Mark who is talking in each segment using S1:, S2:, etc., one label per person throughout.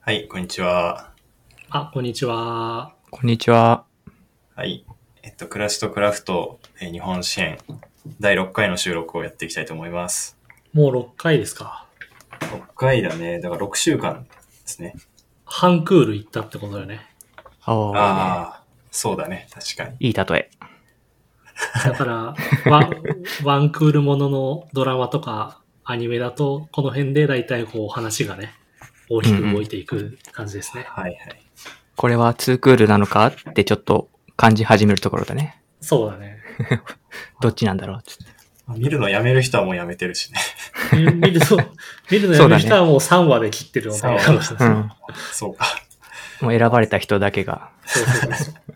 S1: はい、こんにちは。
S2: あ、こんにちは。
S3: こんにちは。
S1: はい。えっと、暮らしとクラフト、えー日本支援、第6回の収録をやっていきたいと思います。
S2: もう6回ですか。
S1: 6回だね。だから6週間ですね。
S2: ハンクール行ったってことだよね。
S3: ああ。
S1: ああ、そうだね。確かに。
S3: いい例え。
S2: だから、ワンワンクールもののドラマとかアニメだと、この辺で大体こう話がね、大きく動いていく感じですね。
S1: はいはい。
S3: これはツークールなのかってちょっと感じ始めるところだね。
S2: そうだね。
S3: どっちなんだろうっつって。
S1: まあ見るのやめる人はもうやめてるしね。
S2: 見見ると、見るのやめる人はもう3話で切ってるので、
S1: そうだね
S2: あの人
S3: う
S2: そ
S3: ん
S2: う。
S1: そうか。
S3: もう選ばれた人だけが。
S2: そうそうそう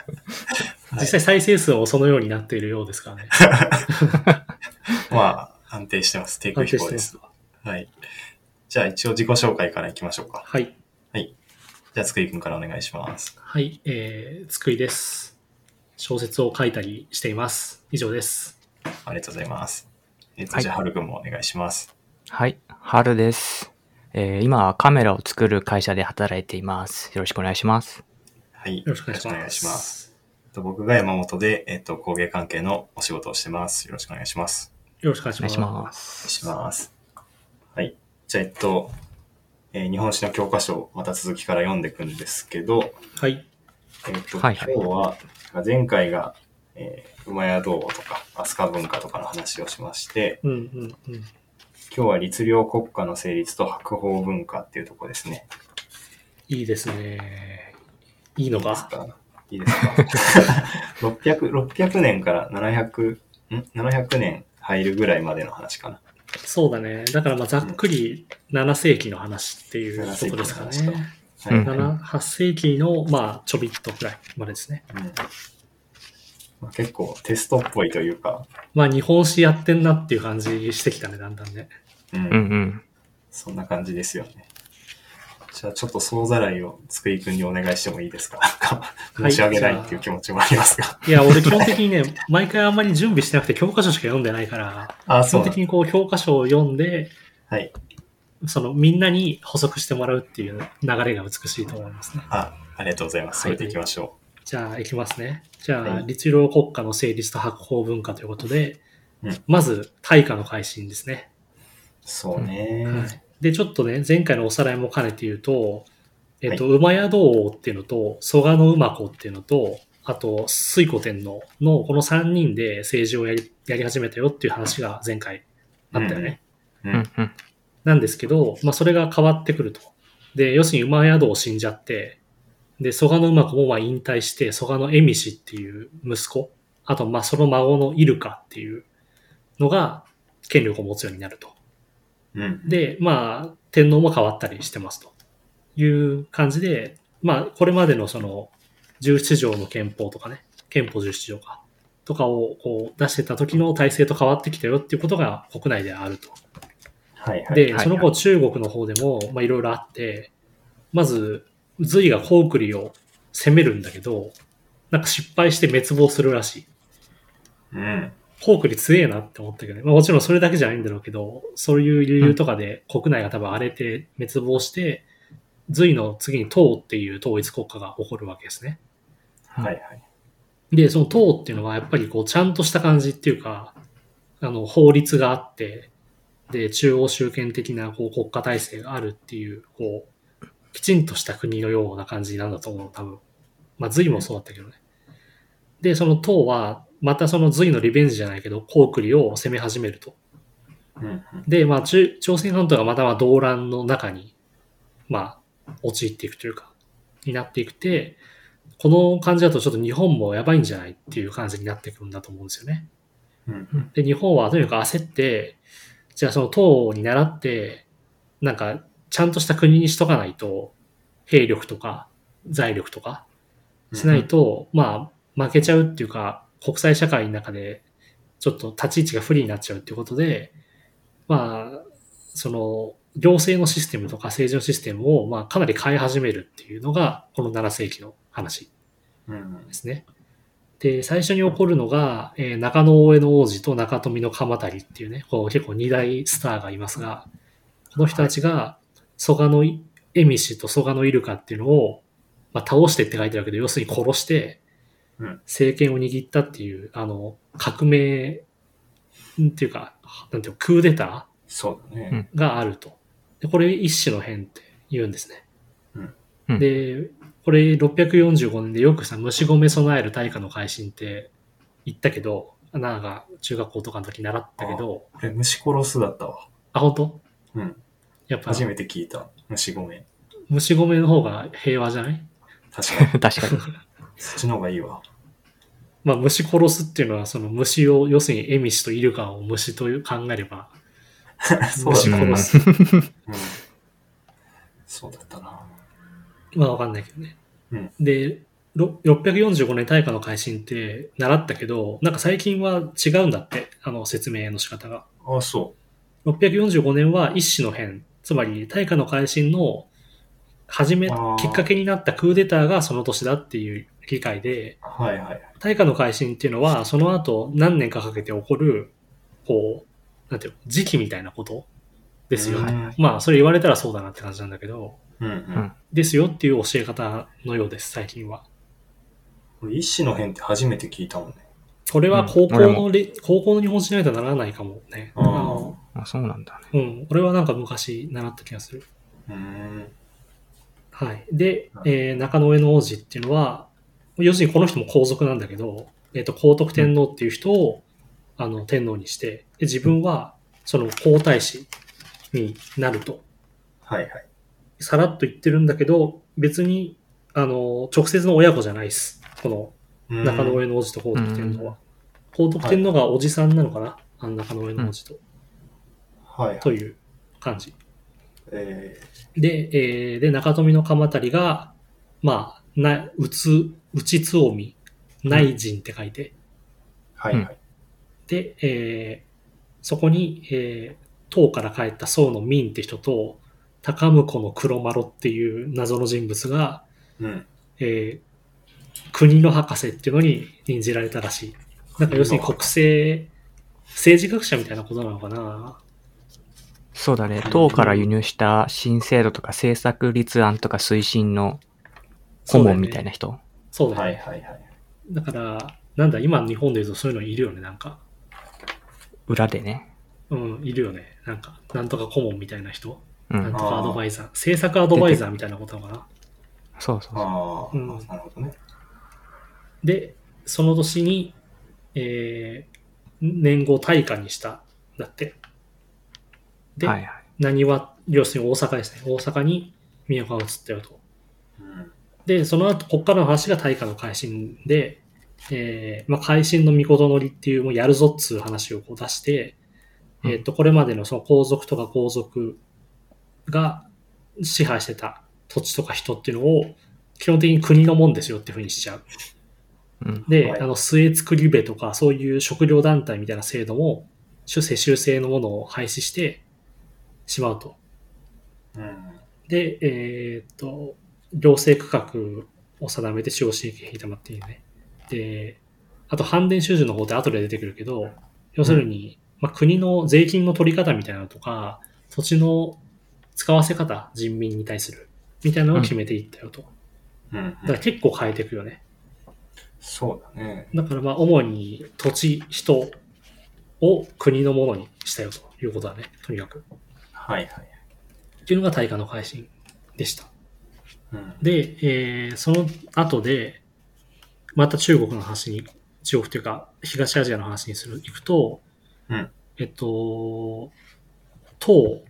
S2: 実際再生数もそのようになっているようですからね。
S1: まあ、安定してます。低空飛行で
S2: 安定し
S1: す。
S2: て
S1: はい。じゃあ一応自己紹介からいきましょうか。
S2: はい。
S1: じゃあ、つくいくんからお願いします。
S2: はい、えー、つくいです。小説を書いたりしています。以上です。
S1: ありがとうございます。えっと、
S3: はい
S1: じゃあ、はるくんもお願いします。
S3: はい。春です。えー今はカメラを作る会社で働いています。よろしくお願いします。
S1: はい。
S2: よろしくお願いします。
S1: よろしくお願いします。えっと僕が山本で、えっと、工芸関係のお仕事をしてます。よろしくお願いします。
S2: よろしくお願い
S3: お願いし
S2: しま。
S3: ますす。
S1: します。はい。じゃあ、えっと、えー日本史の教科書をまた続きから読んでいくんですけど、
S2: はい。
S1: えっと、
S3: はいはい
S1: 今日は、前回が、えー馬屋道とか、飛鳥文化とかの話をしまして、
S2: うんうんうん。
S1: 今日は律令国家の成立と白鵬文化っていうところですね。
S2: いいですね。いいの
S1: いいです
S2: か。
S1: かいいですか 600, ?600 年から700、ん ?700 年入るぐらいまでの話かな。
S2: そうだね。だからまあざっくり7世紀の話っていう
S1: 7
S2: ところですかね
S1: 世紀の話。
S3: う
S1: はい
S3: ん
S2: 7 8世紀のまあちょびっとくらいまでですね。
S1: うんまあ、結構テストっぽいというか、
S2: まあ日本史やってんなっていう感じしてきたね、だんだんね。
S1: うん
S3: うんうん。
S1: そんな感じですよね。じゃあちょっと総ざらいをつくいくんにお願いしてもいいですかなんか
S2: い
S1: 申し訳ないっていう気持ちもありますが。
S2: いや、俺基本的にね、 毎回あんまり準備してなくて教科書しか読んでないから、
S1: あ、
S2: 基
S1: そうな
S2: 本
S1: ん
S2: 的にこう教科書を読んで、
S1: はい。
S2: そのみんなに補足してもらうっていう流れが美しいと思いますね。
S1: あ、ありがとうございます。そ
S2: は
S1: れ
S2: い
S1: でいきましょ
S2: じゃあ、いきますね。じゃあ、
S1: はい
S2: 律令国家の成立と発行文化ということで、
S1: うん
S2: まず、大化の改新ですね、
S1: う。そうね。
S2: はいで、ちょっとね、前回のおさらいも兼ねて言うと、えっと、
S1: は
S2: 馬屋道王っていうのと、蘇我の馬子っていうのと、あと、水古天皇のこの3人で政治をやりやり始めたよっていう話が前回あったよね。
S1: う
S3: うんんうん。
S2: なんですけど、まあ、それが変わってくると。で、要するに馬宿を死んじゃって、で、蘇我の馬子もまあ引退して、蘇我の恵美氏っていう息子、あと、まあ、その孫のイルカっていうのが権力を持つようになると。
S1: うん。
S2: で、まあ、天皇も変わったりしてますという感じで、まあ、これまでのその、17条の憲法とかね、憲法17条か、とかをこう出してた時の体制と変わってきたよっていうことが国内であると。
S1: はいはい。
S2: で、
S3: はい
S2: その後中国の方でもまあいろいろあって、まず、隋が高句麗を攻めるんだけど、なんか失敗して滅亡するらしい。
S1: うん。
S2: 高句麗強えなって思ったけどね。まあもちろんそれだけじゃないんだろうけど、そういう理由とかで国内が多分荒れて滅亡して、隋の次に唐っていう統一国家が起こるわけですね。
S1: はいはい。
S2: で、その党っていうのはやっぱりこうちゃんとした感じっていうか、あの法律があって、で、中央集権的なこう国家体制があるっていう、こう、きちんとした国のような感じなんだと思う、多分。まあ、隋もそうだったけどね。で、その党は、またその隋のリベンジじゃないけど、高句麗を攻め始めると。
S1: うん
S2: で、まあ、中朝鮮半島がまたまあ動乱の中に、まあ、陥っていくというか、になっていくて、この感じだとちょっと日本もやばいんじゃないっていう感じになってくるんだと思うんですよね。
S1: うん。うん
S2: で、日本はとにかく焦って、じゃあその党に倣って、なんか、ちゃんとした国にしとかないと、兵力とか、財力とか、しないと、まあ、負けちゃうっていうか、国際社会の中で、ちょっと立ち位置が不利になっちゃうっていうことで、まあ、その、行政のシステムとか政治のシステムを、まあ、かなり変え始めるっていうのが、この7世紀の話
S1: うん。
S2: ですね。で、最初に起こるのが、えー中野大江の王子と中富の鎌足っていうね、こう結構二大スターがいますが、この人たちが、蘇我の恵エミシとソガのイルカっていうのを、まあ、倒してって書いてあるけど、要するに殺して
S1: うん、
S2: 政権を握ったっていう、あの、革命、んっていうか、なんていうか、クーデタ
S1: そうだね。
S3: うん
S2: ーがあると。でこれ一種の変って言うんですね。
S3: うん
S2: で、これ645年でよくさ、虫米備える大化の改新って言ったけど、なんか中学校とかの時習ったけど、
S1: これ虫殺すだったわ。
S2: あ、本当
S1: うん。
S2: やっぱ
S1: 初めて聞いた。虫ごめん。
S2: 虫米の方が平和じゃない
S1: 確かに。
S3: 確かに。
S1: そっちの方がいいわ。
S2: まあ虫殺すっていうのはその虫を、要するにエミシとイルカを虫という考えれば、
S1: そう
S2: 虫
S1: だね。
S2: 殺す。
S1: うん。そうだったな。
S2: まあわかんないけどね。
S1: うん
S2: で、ろ645年大化の改新って習ったけど、なんか最近は違うんだって、あの説明の仕方が。
S1: あ、そ
S2: 645年は一種の変、つまり大化の改新の始め、
S1: あー
S2: きっかけになったクーデターがその年だっていう理解で、
S1: う。はいはい。
S2: 大化の改新っていうのはその後何年かかけて起こる、こう、なんていうの、時期みたいなことですよ
S1: う
S2: ね。
S1: ん
S2: まあ、それ言われたらそうだなって感じなんだけど、
S1: うんうん。
S2: ですよっていう教え方のようです、最近は。
S1: これ一種の変って初めて聞いたもんね。
S2: これは高校
S3: うん俺
S2: のれ、高校の日本史にないとならないかもね。
S1: あー
S2: の
S3: あそうなんだね。
S2: うん、俺はなんか昔習った気がする。
S1: うーん。
S2: はい。で
S1: は、い
S2: えー中野上の王子っていうのは、要するにこの人も皇族なんだけど、えっ、と、皇徳天皇っていう人を、あの、天皇にして、で自分は、その皇太子になると。
S1: はいはい。
S2: さらっと言ってるんだけど、別に、あの、直接の親子じゃないです。この
S1: うん
S2: 中野上の王子と皇徳天皇は。皇徳天皇がおじさんなのかな、あの中野上の王子と、
S1: はいはい。
S2: という感じ。
S1: えー
S2: で、えーで、中富の鎌足が、まあ、な、うつ、うちつおみ、内陣って書いて、
S1: はいはい。
S2: で、えーそこに、えー、唐から帰った宋の民って人と、高婿の黒丸っていう謎の人物が、
S1: うん。
S2: えー国の博士っていうのに任じられたらしい。なんか要するに国政、政治学者みたいなことなのかな
S3: そうだね。党から輸入した新制度とか政策立案とか推進の顧問みたいな人。
S2: そうだ
S1: は
S2: ね。
S1: いはいはい。
S2: だから、なんだ、今日本で言うとそういうのいるよね、なんか。
S3: 裏でね。
S2: うん、いるよね。なんか、なんとか顧問みたいな人。
S3: う
S2: なん
S3: ん
S2: と。かアドバイザー。政策アドバイザーみたいなことなのかな。
S3: そうそうそう。
S1: ああ、
S2: うん
S1: なるほどね。
S2: で、その年に、えー、年号大化にした。だって。で、
S3: はいはい。
S2: 何は、要するに大阪ですね。大阪に都が移ったよと。
S1: うん。
S2: で、その後、こっからの話が大化の改新で、えー、まあ、改新の御事のりっていう、もうやるぞっつう話をこう出して、
S3: うん
S2: えっ、と、これまでのその皇族とか皇族が支配してた土地とか人っていうのを、基本的に国のもんですよっていうふうにしちゃう。
S3: うん。
S2: で、
S1: はい
S2: あの、末作り部とか、そういう食料団体みたいな制度も、主世修正のものを廃止してしまうと。
S1: うん。
S2: で、えーっと、行政区画を定めて司法刺激に溜まっているね。で、あと、反伝収受の方って後で出てくるけど、要するに、まあ、国の税金の取り方みたいなのとか、土地の使わせ方、人民に対する、みたいなのを決めていったよと。
S1: うんうん
S2: だから結構変えていくよね。
S1: そうだね。
S2: だからまあ、主に土地、人を国のものにしたよということだね、とにかく。
S1: はいはい。
S2: っていうのが大化の改新でした。
S1: うん。
S2: で、えーその後で、また中国の話に、中国というか、東アジアの話にする、行くと、
S1: うん
S2: えっと、唐、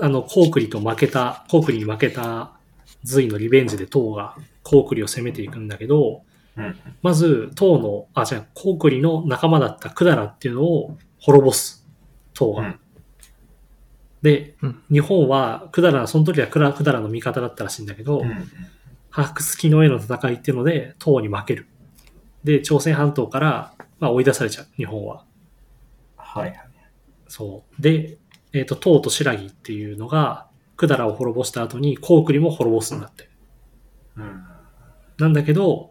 S2: あの、コークリと負けた、コークリに負けた隋のリベンジで唐がコークリを攻めていくんだけど、
S1: うん。
S2: まず、唐の、あ、じゃあ、コークリの仲間だった百済っていうのを滅ぼす、唐が。
S1: うん
S2: で、
S3: うん
S2: 日本は、百済、その時は百済の味方だったらしいんだけど、
S1: うん。
S2: 白月の絵の戦いっていうので、唐に負ける。で、朝鮮半島から、まあ、追い出されちゃう、日本は。
S1: はいはい。
S2: そう。で、えっ、と、唐と新羅っていうのが、百済を滅ぼした後に、高句麗も滅ぼすんだって。
S1: うん。
S2: なんだけど、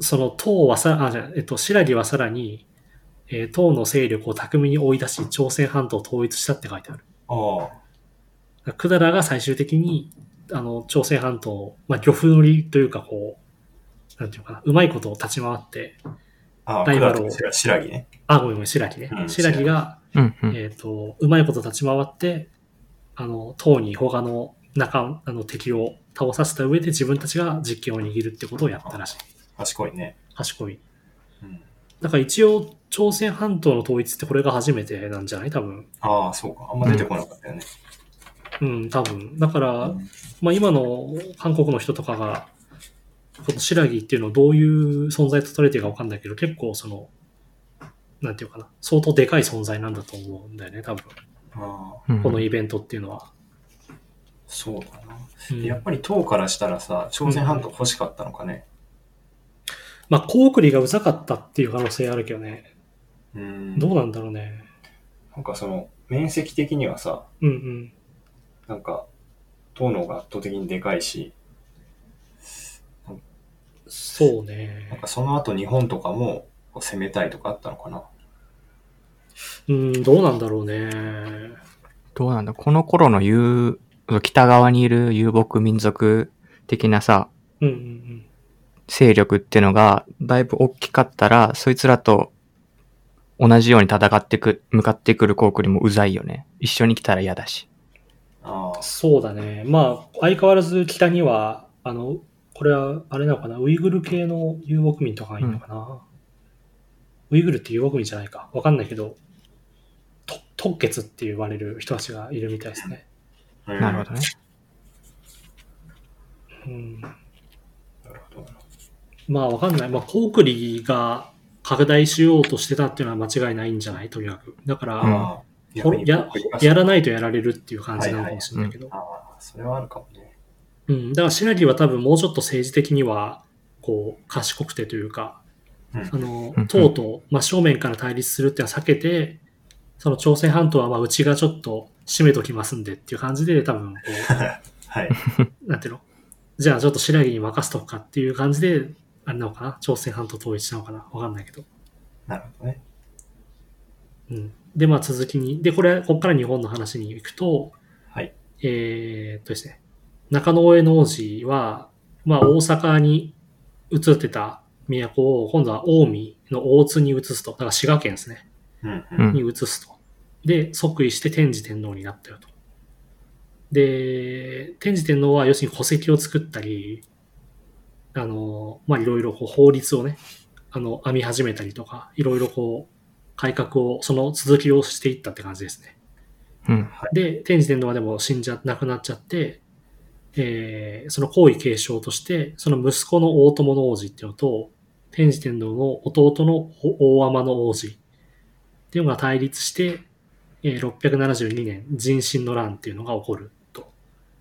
S2: その唐はさ、あ、じゃあえっ、と、新羅はさらに、えー唐の勢力を巧みに追い出し、朝鮮半島を統一したって書いてある。
S1: ああ、
S2: クダラが最終的にあの、朝鮮半島、まあ、漁夫乗りというか、こう、なんていうのかな、うまいことを立ち回って、
S1: ああ、
S2: ライバルを
S1: クラと白木ね。
S2: あ、ごめんごめん、白木ね
S1: う。ん
S2: 白木が、
S3: うんうん。
S2: えっ、と、うまいこと立ち回って、あの、党に他の仲、あの、敵を倒させた上で自分たちが実権を握るってことをやったらしい。
S1: 賢いね。
S2: 賢い。
S1: うん、
S2: だから一応、朝鮮半島の統一ってこれが初めてなんじゃない多分。
S1: ああ、そうか。あんま出てこなかったよね。
S2: うん、多分。だから
S1: う、ん
S2: まあ今の韓国の人とかが、この白木っていうのをどういう存在と取れてるかわかんないけど、結構その、なんていうかな、相当でかい存在なんだと思うんだよね、多分。
S1: ああ、
S3: うん
S2: このイベントっていうのは。
S1: そうだな。
S2: うん
S1: やっぱり党からしたらさ、朝鮮半島欲しかったのかね。
S2: まあ、コウクリがうざかったっていう可能性あるけどね。
S1: うん。
S2: どうなんだろうね。
S1: なんかその、面積的にはさ、
S2: うんうん。
S1: なんか、党の方が圧倒的にでかいし、
S2: そ
S1: な
S2: う
S1: ん
S2: ね。
S1: かその後日本とかもこう攻めたいとかあったのかな。
S2: うん、どうなんだろうね。
S3: どうなんだこの頃の遊、北側にいる遊牧民族的なさ、
S2: うんうんうん。
S3: 勢力ってのがだいぶ大きかったら、そいつらと同じように戦ってく、向かってくるコークリもうざいよね。一緒に来たら嫌だし。
S1: ああ、
S2: そうだね。まあ、相変わらず北には、あの、これは、あれなのかな、ウイグル系の遊牧民とかがいるのかな。ウイグルって遊牧民じゃないか。わかんないけど、と突血って言われる人たちがいるみたいですね。
S1: うん
S3: なるほどね。
S2: うん。
S1: なるほど。
S2: まあ、わかんない。まあ、コークリが拡大しようとしてたっていうのは間違いないんじゃないとにかく。だから、
S3: うん
S1: ああ、
S2: ほ
S1: 逆に
S2: や
S1: 僕が
S2: やらないとやられるっていう感じなのかもしれないけど。
S1: ああ、それはあるかもね。
S2: うん。だから、シナリは多分もうちょっと政治的には、こう、賢くてというか、
S1: うん
S2: あの
S3: うんうん、
S2: 党と真正面から対立するっていうのは避けて、その朝鮮半島は、まあ、うちがちょっと締めときますんでっていう感じで、多分こ
S1: はい。
S2: う、なんていうのじゃあちょっと白木に任せとくかっていう感じで、あれなのかな朝鮮半島統一なのかなわかんないけど。
S1: なるほどね。
S2: うん。で、まあ続きに。で、これ、こっから日本の話に行くと、
S1: はい。
S2: えーっとですね、中野大江の王子は、まあ大阪に移ってた都を、今度は近江の大津に移すと。だから滋賀県ですね。
S1: うん、う。
S3: うんん。
S2: に移すと。で、即位して天智天皇になったよと。で、天智天皇は要するに戸籍を作ったり、あの、まあ、いろいろこう法律をね、あの、編み始めたりとか、いろいろこう、改革を、その続きをしていったって感じですね。
S3: うん。
S2: で、天智天皇はでも死んじゃ、亡くなっちゃって、えーその皇位継承として、その息子の大友の王子っていうのと、天智天皇の弟の大天の王子っていうのが対立して、えー672年、人心の乱っていうのが起こると。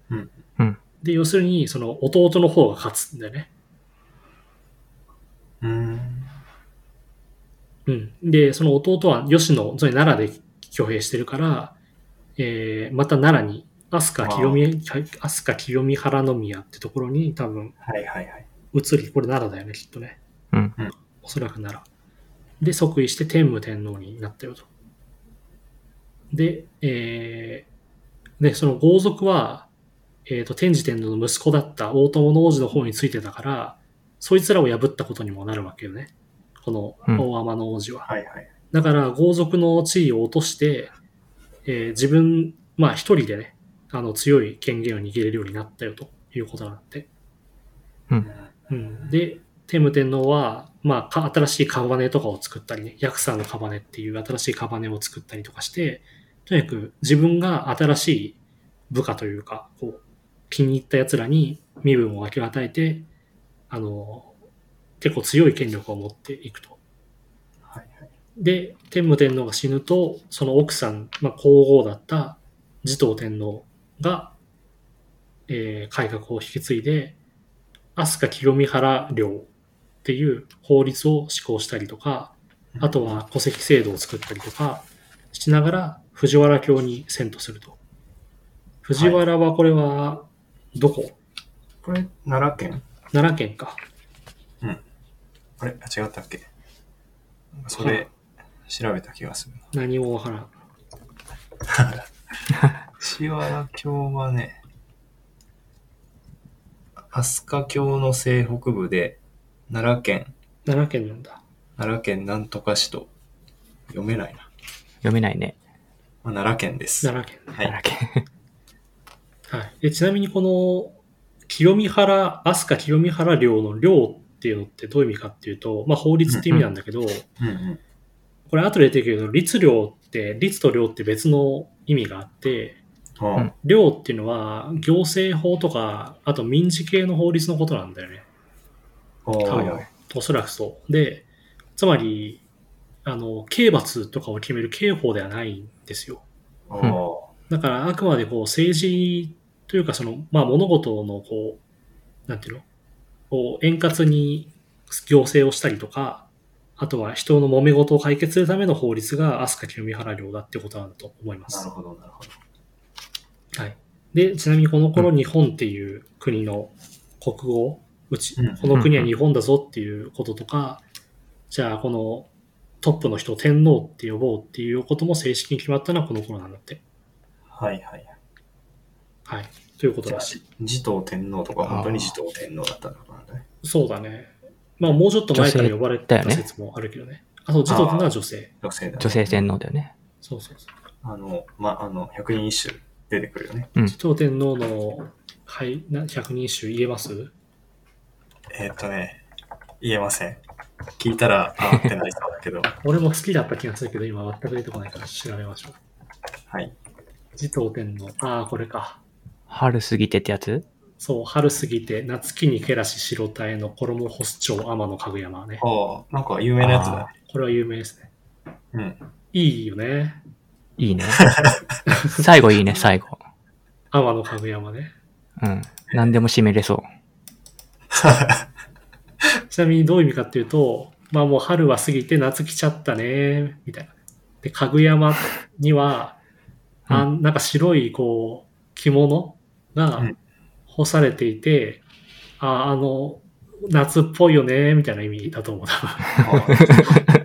S1: うん
S3: うん
S2: で、要するに、その弟の方が勝つんだよね。
S1: うん。
S2: うん。で、その弟は吉野、つまり奈良で挙兵してるから、えーまた奈良に、飛鳥清見、飛鳥清見原宮ってところに多分
S1: はいはいはい。
S2: 移り、これ奈良だよね、きっとね。
S3: うん
S1: うん
S2: おそらく奈良。で、即位して天武天皇になったよと。で、えーで、その豪族は、えっ、と、天智天皇の息子だった大友の王子の方についてたから、そいつらを破ったことにもなるわけよね。この大天の王子は。
S1: はいはい。
S2: だから、豪族の地位を落として、えー自分、まあ一人でね、あの強い権限を握れるようになったよということなんで。
S1: うん
S2: うん、で、天武天皇は、まあか、新しい屍とかを作ったりね、ヤクサの屍っていう新しい屍を作ったりとかして、とにかく自分が新しい部下というか、こう、気に入った奴らに身分を分け与えて、あの、結構強い権力を持っていくと。
S1: はいはい。
S2: で、天武天皇が死ぬと、その奥さん、まあ、皇后だった持統天皇が、えー改革を引き継いで、飛鳥清見原領っていう法律を施行したりとか、あとは戸籍制度を作ったりとかしながら藤原京に遷都すると。藤原はこれはどこ、
S1: これ、奈良県
S2: 奈良県か。
S1: あれあ違ったっけなんかそれ、調べた気がするな。
S2: 何もわからん。
S1: 藤原京はね、飛鳥教の西北部で、奈良県、
S2: 奈良県なんだ。
S1: 奈良県なんとか市と、読めないな。
S3: 読めないね。
S1: まあ、奈良県です。
S2: 奈良県。
S1: はい
S3: 奈良県。
S2: はい。で、ちなみにこの、清見原、飛鳥清見原領の領っていうのってどういう意味かっていうと、まあ法律って意味なんだけど、
S1: うんうん。
S2: これ後で出てくるけど、律領って、律と領って別の意味があって、
S1: はあ
S3: うん
S2: 領っていうのは行政法とか、あと民事系の法律のことなんだよね。
S1: は
S2: はい
S1: あ
S2: はいおそらくそう。で、つまり、あの、刑罰とかを決める刑法ではないんですよ。
S1: あ
S3: ん
S2: だから、あくまでこう、政治というか、その、まあ、物事のこう、なんていうのこう、円滑に行政をしたりとか、あとは人の揉め事を解決するための法律が飛鳥清美原領だってことなんだと思いま
S1: な
S2: す
S1: る。ほど、なるほど。
S2: はい。で、ちなみにこの頃日本っていう国の国語、うち
S1: うん、
S2: この国は日本だぞっていうこととか、じゃあこのトップの人を天皇って呼ぼうっていうことも正式に決まったのはこの頃なんだって。
S1: はいはい。
S2: はい。ということ
S1: じゃ
S2: ら
S1: あ
S2: しい。、
S1: 持統天皇とか、本当に持統天皇だったのかなんだね。
S2: そうだね。まあもうちょっと前から呼ばれ
S3: 女性だよ
S2: た
S3: ね
S2: 説もあるけどね。あ、そう、児童っていうのは女性。
S1: 女性だ、ね。
S3: 女性天皇だよね。
S2: そうそうそう。
S1: あの、まあ、あの、百人一首出てくるよね。
S3: うん
S2: 児童天皇の、はい、な百人一首言えます
S1: えーっとね、言えません。聞いたら、あってなりそうだけど。
S2: 俺も好きだった気がするけど、今全く出てこないから調べましょう。
S1: はい。
S2: 児童天皇。ああ、これか。
S3: 春過ぎてってやつ
S2: そう、春過ぎて、夏季にけらし白田への衣干す蝶天のかぐやまね。
S1: ああ、なんか有名なやつだね。
S2: これは有名ですね。
S1: うん。
S2: いいよね。
S3: いいね。 最後いいね、最後。
S2: 天のかぐやまね。
S3: うん。何でも締めれそう。
S2: ちなみにどういう意味かっていうと、まあもう春は過ぎて夏来ちゃったね、みたいな。で、かぐやまには、
S3: うん
S2: あんなんか白いこう、着物が
S1: うん
S2: 干されていて、あ、あの、夏っぽいよね、みたいな意味だと思う。
S1: あ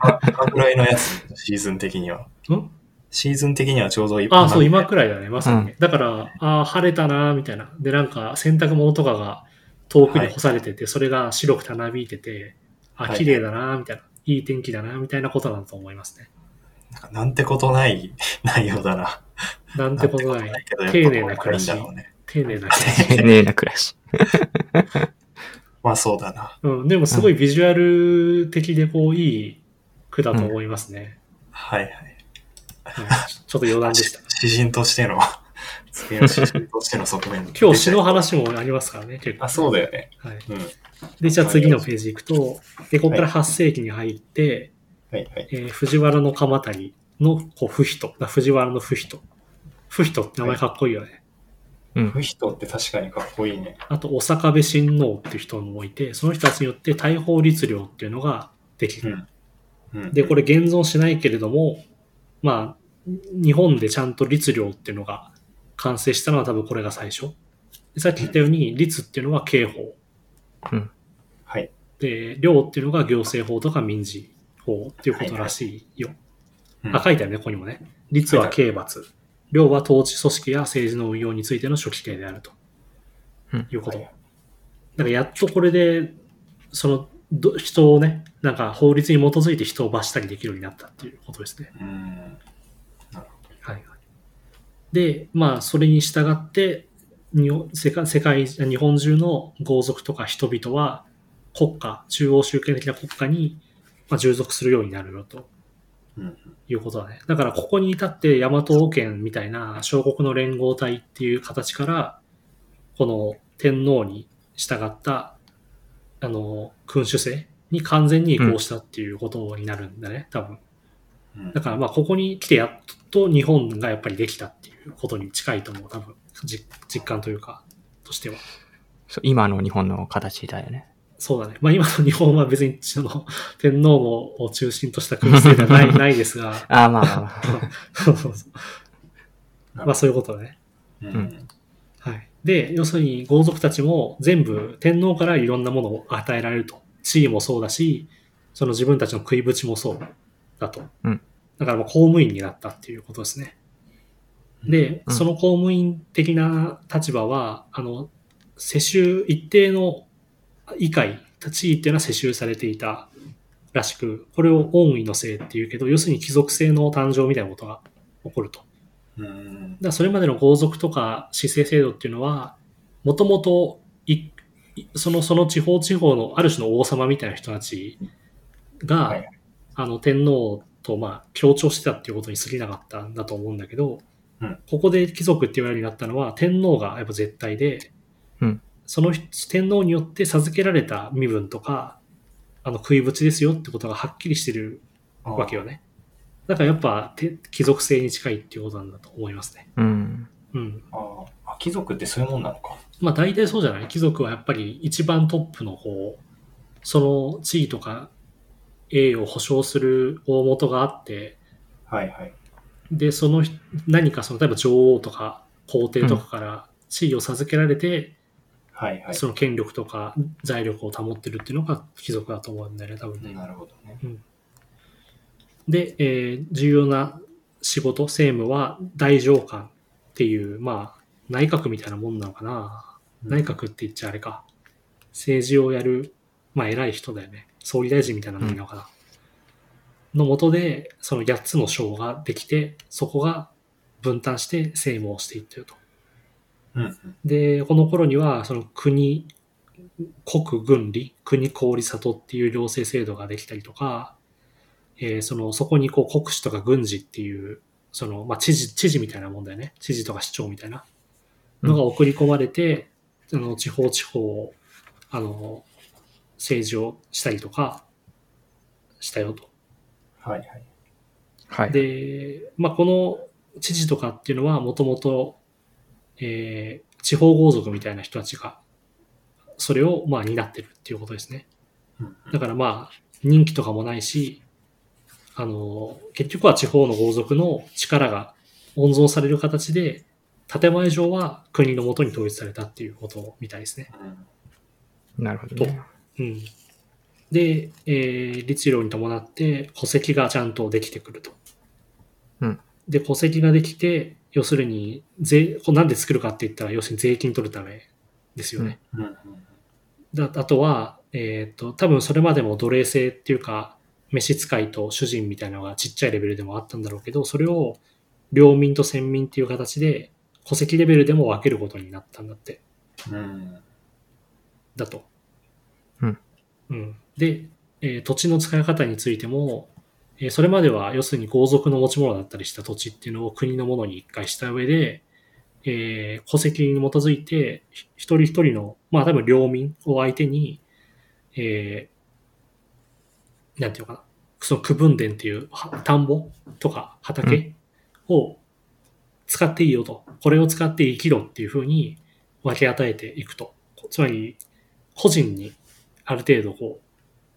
S1: あぐらいのやつ、シーズン的には。
S2: 多分ん
S1: シーズン的にはちょうど今
S2: ああ、そう、
S1: なん
S2: 今
S1: か
S2: くらいだね、まさにね。だから、ああ、晴れたな、みたいな。で、なんか、洗濯物とかが遠くに干されてて、それが白くたなびいてて、あ、
S1: はい
S2: 綺麗だな、みたいな。いい天気だな、みたいなことだと思いますね。
S1: なんかなんてことない内容だな。
S2: なんてことない。
S1: けど、
S2: 丁寧
S1: やっ
S2: な
S1: ぱこうい
S2: 暮ら
S1: いん
S2: し
S1: だろうね。
S2: 丁寧な暮らし。
S3: 丁寧な暮らし。
S1: まあそうだな。
S2: うん、でもすごいビジュアル的で、こう、いい句だと思いますね。
S1: はいはい。
S2: うんちょっと余談でした。
S1: 詩人としての、次の詩人としての側面。
S2: 今日詩の話もありますからね、結構。
S1: あ、そうだよね。
S2: はい。
S1: うん。は
S2: で、じゃあ次のページ行くと、で、ここから8世紀に入って、
S1: いはい。
S2: えー藤原の鎌谷のこう不人、な藤原の不人。不人って名前かっこいいよね。
S3: うん。
S1: 不人って確かにかっこいいね。
S2: あと、お坂部親王っていう人もいて、その人たちによって大法律令っていうのができ
S1: う
S2: る。
S1: ん。うん、
S2: で、これ現存しないけれども、まあ、日本でちゃんと律令っていうのが完成したのは多分これが最初。でさっき言ったように、律っていうのは刑法。
S3: うん。
S1: はい。
S2: で、令っていうのが行政法とか民事法っていうことらしいよ。
S1: うん
S2: あ、書いてあるね、ここにもね。律は刑罰。量は統治組織や政治の運用についての諸規定であると。
S3: うん
S2: いうこと。
S1: は
S2: ないんかやっとこれで、その、ど人をね、なんか法律に基づいて人を罰したりできるようになったっていうことですね。
S1: うん。
S2: はいはい。で、まあ、それに従って、日本世界世界日本中の豪族とか人々は国家、中央集権的な国家に、まあ、従属するようになるよと
S1: うん。
S2: いうことだね。だからここに至って大和王権みたいな小国の連合体っていう形から、この天皇に従った、あの、君主制に完全に移行したっていうことになるんだね、多分。
S1: うん
S2: だからまあここに来てやっと日本がやっぱりできたっていうことに近いと思う、多分。じ実感というか、としては。
S3: そう今の日本の形だよね。
S2: そうだね。まあ今の日本は別にその 天皇を中心とした君主制ではないないですが、
S3: ああ、まあまあまあ。
S2: そうそうそう
S1: なるほど
S2: まあそういうことだね。
S1: うん
S3: ん
S2: はい。で、要するに豪族たちも全部天皇からいろんなものを与えられると。地位もそうだし、その自分たちの食いぶちもそうだと。
S3: うん
S2: だからもう公務員になったっていうことですね。で、
S3: うん
S2: その公務員的な立場は、あの、世襲、一定の以外、地位っていうのは世襲されていたらしく、これを恩位のせいっていうけど、要するに貴族性の誕生みたいなことが起こると。
S1: うん。
S2: だからそれまでの豪族とか市政制度っていうのは、もともといそのその地方地方のある種の王様みたいな人たちが、
S1: はい
S2: あの天皇とまあ協調してたっていうことに過ぎなかったんだと思うんだけど、
S1: うん
S2: ここで貴族って言われるようになったのは天皇がやっぱ絶対で、
S3: うん
S2: その人天皇によって授けられた身分とかあの食いぶちですよってことがはっきりしてるわけよね。だからやっぱて貴族性に近いっていうことなんだと思いますね。
S3: うん。
S2: うん。
S1: あーあ、貴族ってそういうもんなのか。
S2: まあ大体そうじゃない貴族はやっぱり一番トップの方、その地位とか栄誉を保障する大元があって、
S1: はいはい。
S2: で、その人何かその、例えば女王とか皇帝とかから地位を授けられて、
S1: はいはい。
S2: その権力とか財力を保ってるっていうのが貴族だと思うんだよね、多分ね。
S1: なるほどね。
S2: で、えー重要な仕事、政務は大上官っていう、まあ、内閣みたいなもんなのかな。
S1: うん
S2: 内閣って言っちゃあれか。政治をやる、まあ、偉い人だよね。総理大臣みたいなのなのかな。のもとで、その8つの省ができて、そこが分担して政務をしていってると。
S1: うんうん。
S2: で、この頃には、その国、国軍理、国公理里っていう行政制度ができたりとか、えーその、そこにこう国司とか軍事っていう、その、まあ、知事、知事みたいなもんだよね。知事とか市長みたいなのが送り込まれて、あの、地方地方を、あの、政治をしたりとか、したよと。
S1: はいはい。
S3: はい。
S2: で、まあ、この知事とかっていうのはもともと、えー地方豪族みたいな人たちが、それをまあ担ってるっていうことですね。
S1: うん
S2: だからまあ、任期とかもないし、あの、結局は地方の豪族の力が温存される形で、建前上は国のもとに統一されたっていうことみたいですね。
S1: うん
S3: なるほどね。
S2: うん。で、えー、律令に伴って戸籍がちゃんとできてくると。
S3: うん
S2: で、戸籍ができて、要するに税、これなんで作るかって言ったら、要するに税金取るためですよね。
S1: うんうん
S2: だあとは、えっ、と、多分それまでも奴隷制っていうか、召使いと主人みたいなのがちっちゃいレベルでもあったんだろうけど、それを領民と先民っていう形で、戸籍レベルでも分けることになったんだって。
S1: うん。、
S2: だと。
S3: うん
S2: うんで、えー土地の使い方についても、えーそれまでは要するに豪族の持ち物だったりした土地っていうのを国のものに一回した上で、えー戸籍に基づいて、ひ一人一人の、まあ多分領民を相手に、えーなんていうのかな、その区分田っていうは田んぼとか畑を使っていいよと、これを使って生きろっていうふうに分け与えていくと。つまり、個人にある程度こう、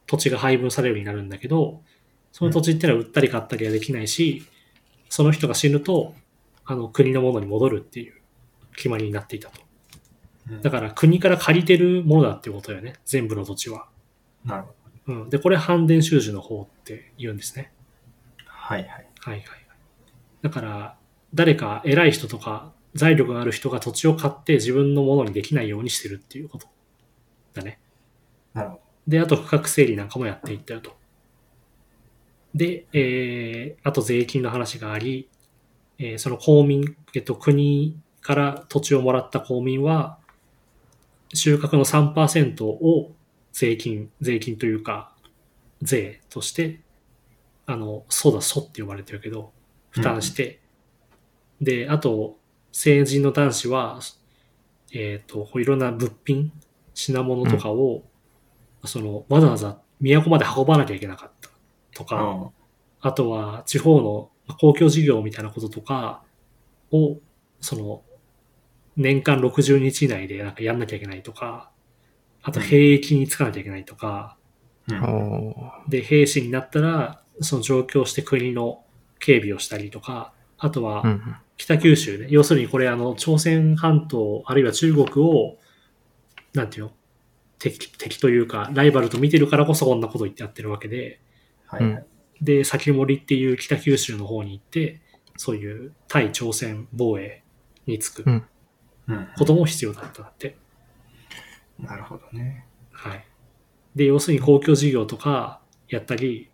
S2: 土地が配分されるようになるんだけど、その土地ってのは売ったり買ったりはできないし、その人が死ぬと、あの、国のものに戻るっていう決まりになっていたと。だからら国から借りてるものだっていうことだよね。全部の土地は。
S1: なるほど。
S2: うん。で、これ、反伝収受の方って言うんですね。
S1: はいはい。
S2: はいはいはい。だから、誰か偉い人とか、財力がある人が土地を買って自分のものにできないようにしてるっていうことだね。
S1: なるほ
S2: で、あと区画整理なんかもやっていったよと。で、えー、あと税金の話があり、えーその公民、えっと、国から土地をもらった公民は、収穫の3%を税金、税金というか、税として、あの、そうだ、そって呼ばれてるけど、負担して、で、あと、成人の男子は、えっ、と、こういろんな物品、品物とかを、その、わざわざ都まで運ばなきゃいけなかったとか、
S1: ど。
S2: あとは地方のまあ公共事業みたいなこととかを、その、年間60日以内でなんかやんなきゃいけないとか、あと兵役につかなきゃいけないとか、
S1: うんうん
S3: おー
S2: で、兵士になったら、その上京して国の警備をしたりとか、あとは、
S3: うん
S2: 北九州ね。要するにこれあの、朝鮮半島、あるいは中国を、なんていうの敵、敵というか、ライバルと見てるからこそこんなこと言ってやってるわけで、
S1: はいはい。
S2: で、先森っていう北九州の方に行って、そういう対朝鮮防衛につく
S3: うん
S1: うん
S2: ことも必要だったんだって。
S1: なるほどね。
S2: はい。で、要するに公共事業とかやったり、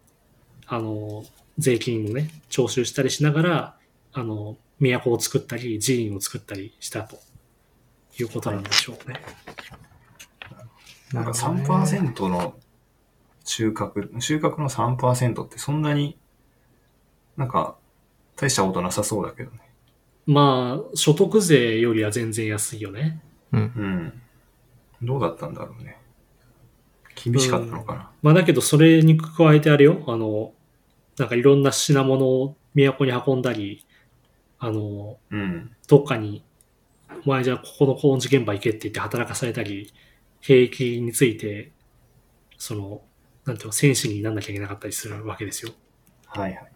S2: あの、税金をね、徴収したりしながら、あの、都を作ったり、寺院を作ったりしたということなんでしょうね。
S1: なんか3%の収穫、収穫の3%ってそんなになんか大したことなさそうだけどね。
S2: まあ、所得税よりは全然安いよね。
S3: うん。
S1: うん。どうだったんだろうね。厳しかったのかな。
S2: まあ、だけどそれに加えてあれよ、あの、なんかいろんな品物を都に運んだり、あの、
S1: うん。
S2: どっかに、お前じゃあここの工事現場行けって言って働かされたり、兵役について、その、なんていうの、戦士になんなきゃいけなかったりするわけですよ。
S1: はいはい。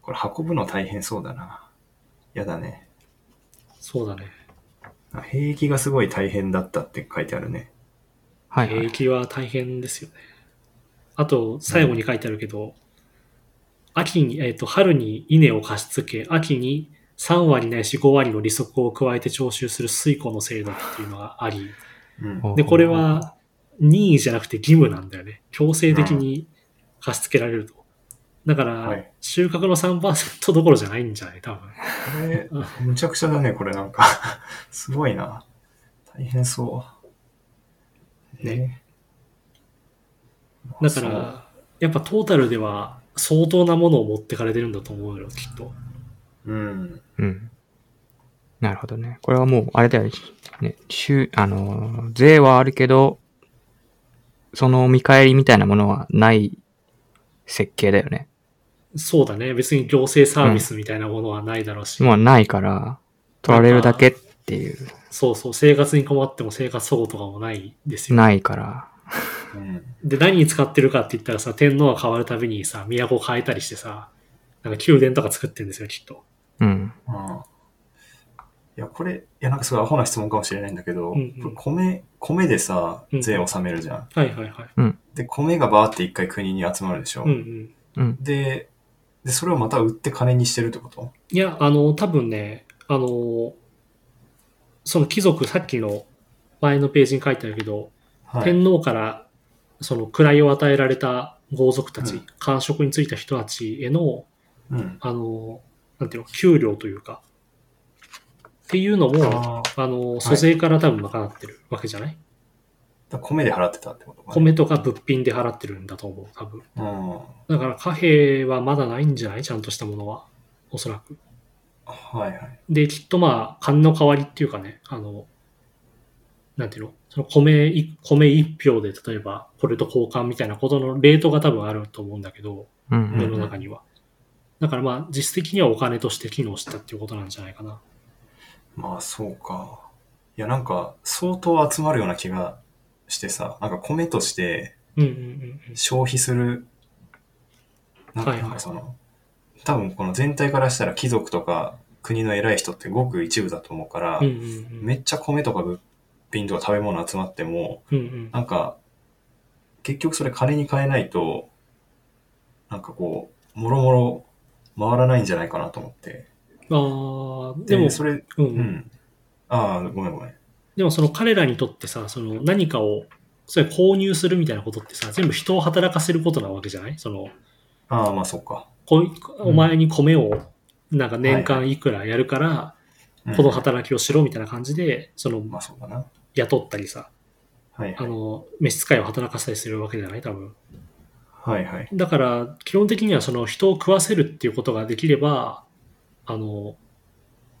S1: これ運ぶの大変そうだな。やだね。
S2: そうだね。
S1: あ兵役がすごい大変だったって書いてあるね。
S3: はい、は
S2: 兵
S3: い。
S2: 役は大変ですよね。あと、最後に書いてあるけど、秋に、えっ、と、春に稲を貸し付け、秋に3割ないし5割の利息を加えて徴収する水庫の制度っていうのがあり、
S1: うん。
S2: で、これは任意じゃなくて義務なんだよね。強制的に貸し付けられると。だか
S1: は
S2: ら
S1: い、
S2: 収穫の3%どころじゃないんじゃない多分。
S1: これ、むちゃくちゃだね、これなんか。 すごいな。大変そう。ね。
S2: だか
S1: そう
S2: ら、やっぱトータルでは相当なものを持ってかれてるんだと思うよ、きっと。
S1: うん。
S3: うん。なるほどね。これはもう、あれだよねね。収あのー、税はあるけど、その見返りみたいなものはない設計だよね。
S2: そうだね。別に行政サービスみたいなものはないだろうし、
S3: もうないから、取られるだけっていう、
S2: そうそう、生活に困っても生活保護とかもないですよ。
S3: ないから。
S1: うん。
S2: で、何に使ってるかって言ったらさ、天皇が変わるたびにさ、都を変えたりしてさ、なんか宮殿とか作ってんですよ、きっと。
S3: うん。
S1: あいや、これ、いや、なんかすごいアホな質問かもしれないんだけど、
S2: うんうん
S1: これ米、米でさ
S2: う、ん
S1: 税納めるじゃん。
S2: はいはいはい。
S1: で、米がバーって一回国に集まるでしょ。
S2: うんうん。
S3: うん。
S1: で、で、それをまた売って金にしてるってこと
S2: いや、あの、多分ね、あの、その貴族、さっきの前のページに書いてあるけど、
S1: はい。
S2: 天皇からその位を与えられた豪族たち、
S1: うん
S2: 官職についた人たちへの、
S1: うん。
S2: あの、なんていうの、給料というか、っていうのも、
S1: ああ。だか
S2: あの、租税から多分賄ってるわけじゃない、
S1: ら米で払ってたってことか、ね。
S2: 米とか物品で払ってるんだと思う、多分。
S1: 米。うん。
S2: だから貨幣はまだないんじゃないちゃんとしたものは。おそらく。
S1: はいはい。
S2: で、きっとまあ、金の代わりっていうかね、あの、なんていうのその米い、米一票で、例えば、これと交換みたいなことのレートが多分あると思うんだけど、
S3: う
S1: うん
S2: 世
S3: ん。
S2: の中には。だからまあ、実質的にはお金として機能したっていうことなんじゃないかな。
S1: まあ、そうか。いや、なんか、相当集まるような気がしてさ、なんか米として
S2: うんうんうんうん。
S1: 消費する、なんか
S2: はいは
S1: な
S2: い
S1: んかその、多分この全体からしたら貴族とか国の偉い人ってごく一部だと思うから、
S2: うんうんうん
S1: めっちゃ米とか物品とか食べ物集まっても、
S2: うんうん。
S1: なんか、結局それ金に変えないと、なんかこう、もろもろ回らないんじゃないかなと思って。
S2: ああ、
S1: で
S2: でも、
S1: それ、
S2: うんう、
S1: うんん。ああ、ごめんごめん。
S2: でもその彼らにとってさ、その何かを、それ購入するみたいなことってさ、全部人を働かせることなわけじゃないその、
S1: ああ、まあそっか。
S2: こいお前に米をなんか年間いくらやるから、
S1: うん
S2: この働きをしろみたいな感じで、その
S1: まあそうだな。
S2: 雇ったりさ、
S1: はい
S2: あ
S1: はい。
S2: の、召使いを働かせたりするわけじゃない多分。
S1: はいはい。
S2: だから、基本的にはその人を食わせるっていうことができれば、あの、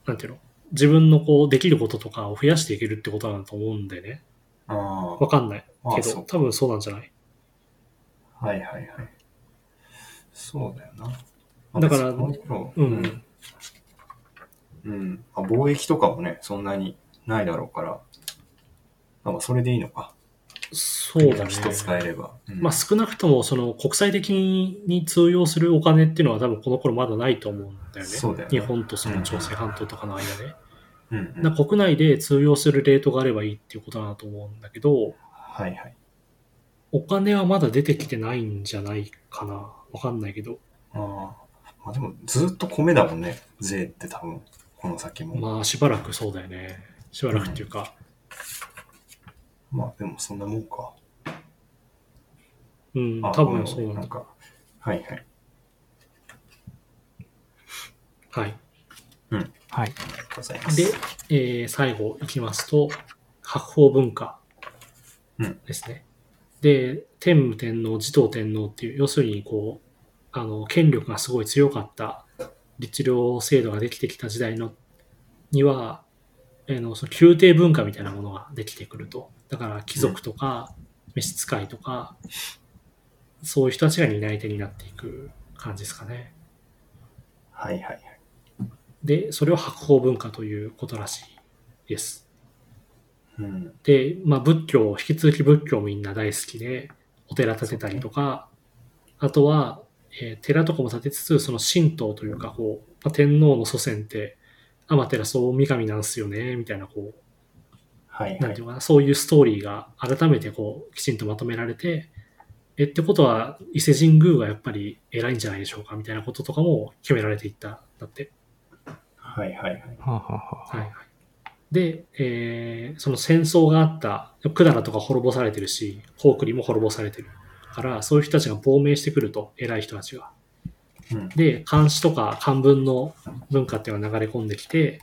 S2: なんていうの自分のこう、できることとかを増やしていけるってことなんだと思うんだよね。
S1: あ
S2: わかんない
S1: あ、ま
S2: け
S1: あそ
S2: ど、
S1: う
S2: 多分そうなんじゃない
S1: はいはいはい。そうだよな。
S2: だから
S1: まあ別にこの頃
S2: う
S1: うんん。。うん。まあ貿易とかもね、そんなにないだろうから、まあそれでいいのか。
S2: そうだね。
S1: 一つ変えれば。うん
S2: まあ、少なくともその国際的に通用するお金っていうのは多分この頃まだないと思うんだよね。
S1: そうだよね
S2: 日本とその朝鮮半島とかの間で。
S1: うんう。
S2: なん国内で通用するレートがあればいいっていうことだと思うんだけど、
S1: はいはい。
S2: お金はまだ出てきてないんじゃないかな。わかんないけど。
S1: ああ。まあでも、ずっと米だもんね。税って多分、この先も。
S2: まあしばらくそうだよね。しばらくっていうか、
S1: まあでもそんなもんか。
S2: うん、
S1: あ
S2: 多
S1: ごめん
S2: 分
S1: ご
S2: そ
S1: め
S2: うんな
S1: な
S2: んだ
S1: ん。か、はいはい。
S2: はい。
S3: はい。
S1: ありがとうございます。
S2: で、えー最後いきますと、白鵬文化
S1: うん
S2: ですね。で、天武天皇、持統天皇っていう、要するにこう、あの、権力がすごい強かった、律令制度ができてきた時代の、には、あのその宮廷文化みたいなものができてくると。だから貴族とか、召使いとか、そういう人たちが担い手になっていく感じですかね。
S1: はいはいはい。
S2: で、それを白鵬文化ということらしいです。
S1: うん。
S2: で、まあ仏教、引き続き仏教みんな大好きで、お寺建てたりとか、あとは、えー寺とかも建てつつ、その神道というか、こう、まあ、天皇の祖先って、天照大神なんすよね、みたいな、こう、
S1: はい
S2: な
S1: は
S2: んて
S1: い。
S2: いうかな、そういうストーリーが改めてこう、きちんとまとめられて、え、ってことは、伊勢神宮がやっぱり偉いんじゃないでしょうか、みたいなこととかも決められていった、んだって。
S1: はいはいはい。
S3: はあ、はあはあ、
S2: はいはい、で、えーその戦争があった、百済とか滅ぼされてるし、高句麗も滅ぼされてるから、そういう人たちが亡命してくると、偉い人たちが。
S1: うん。
S2: で、漢詩とか漢文の文化っていうのが流れ込んできて、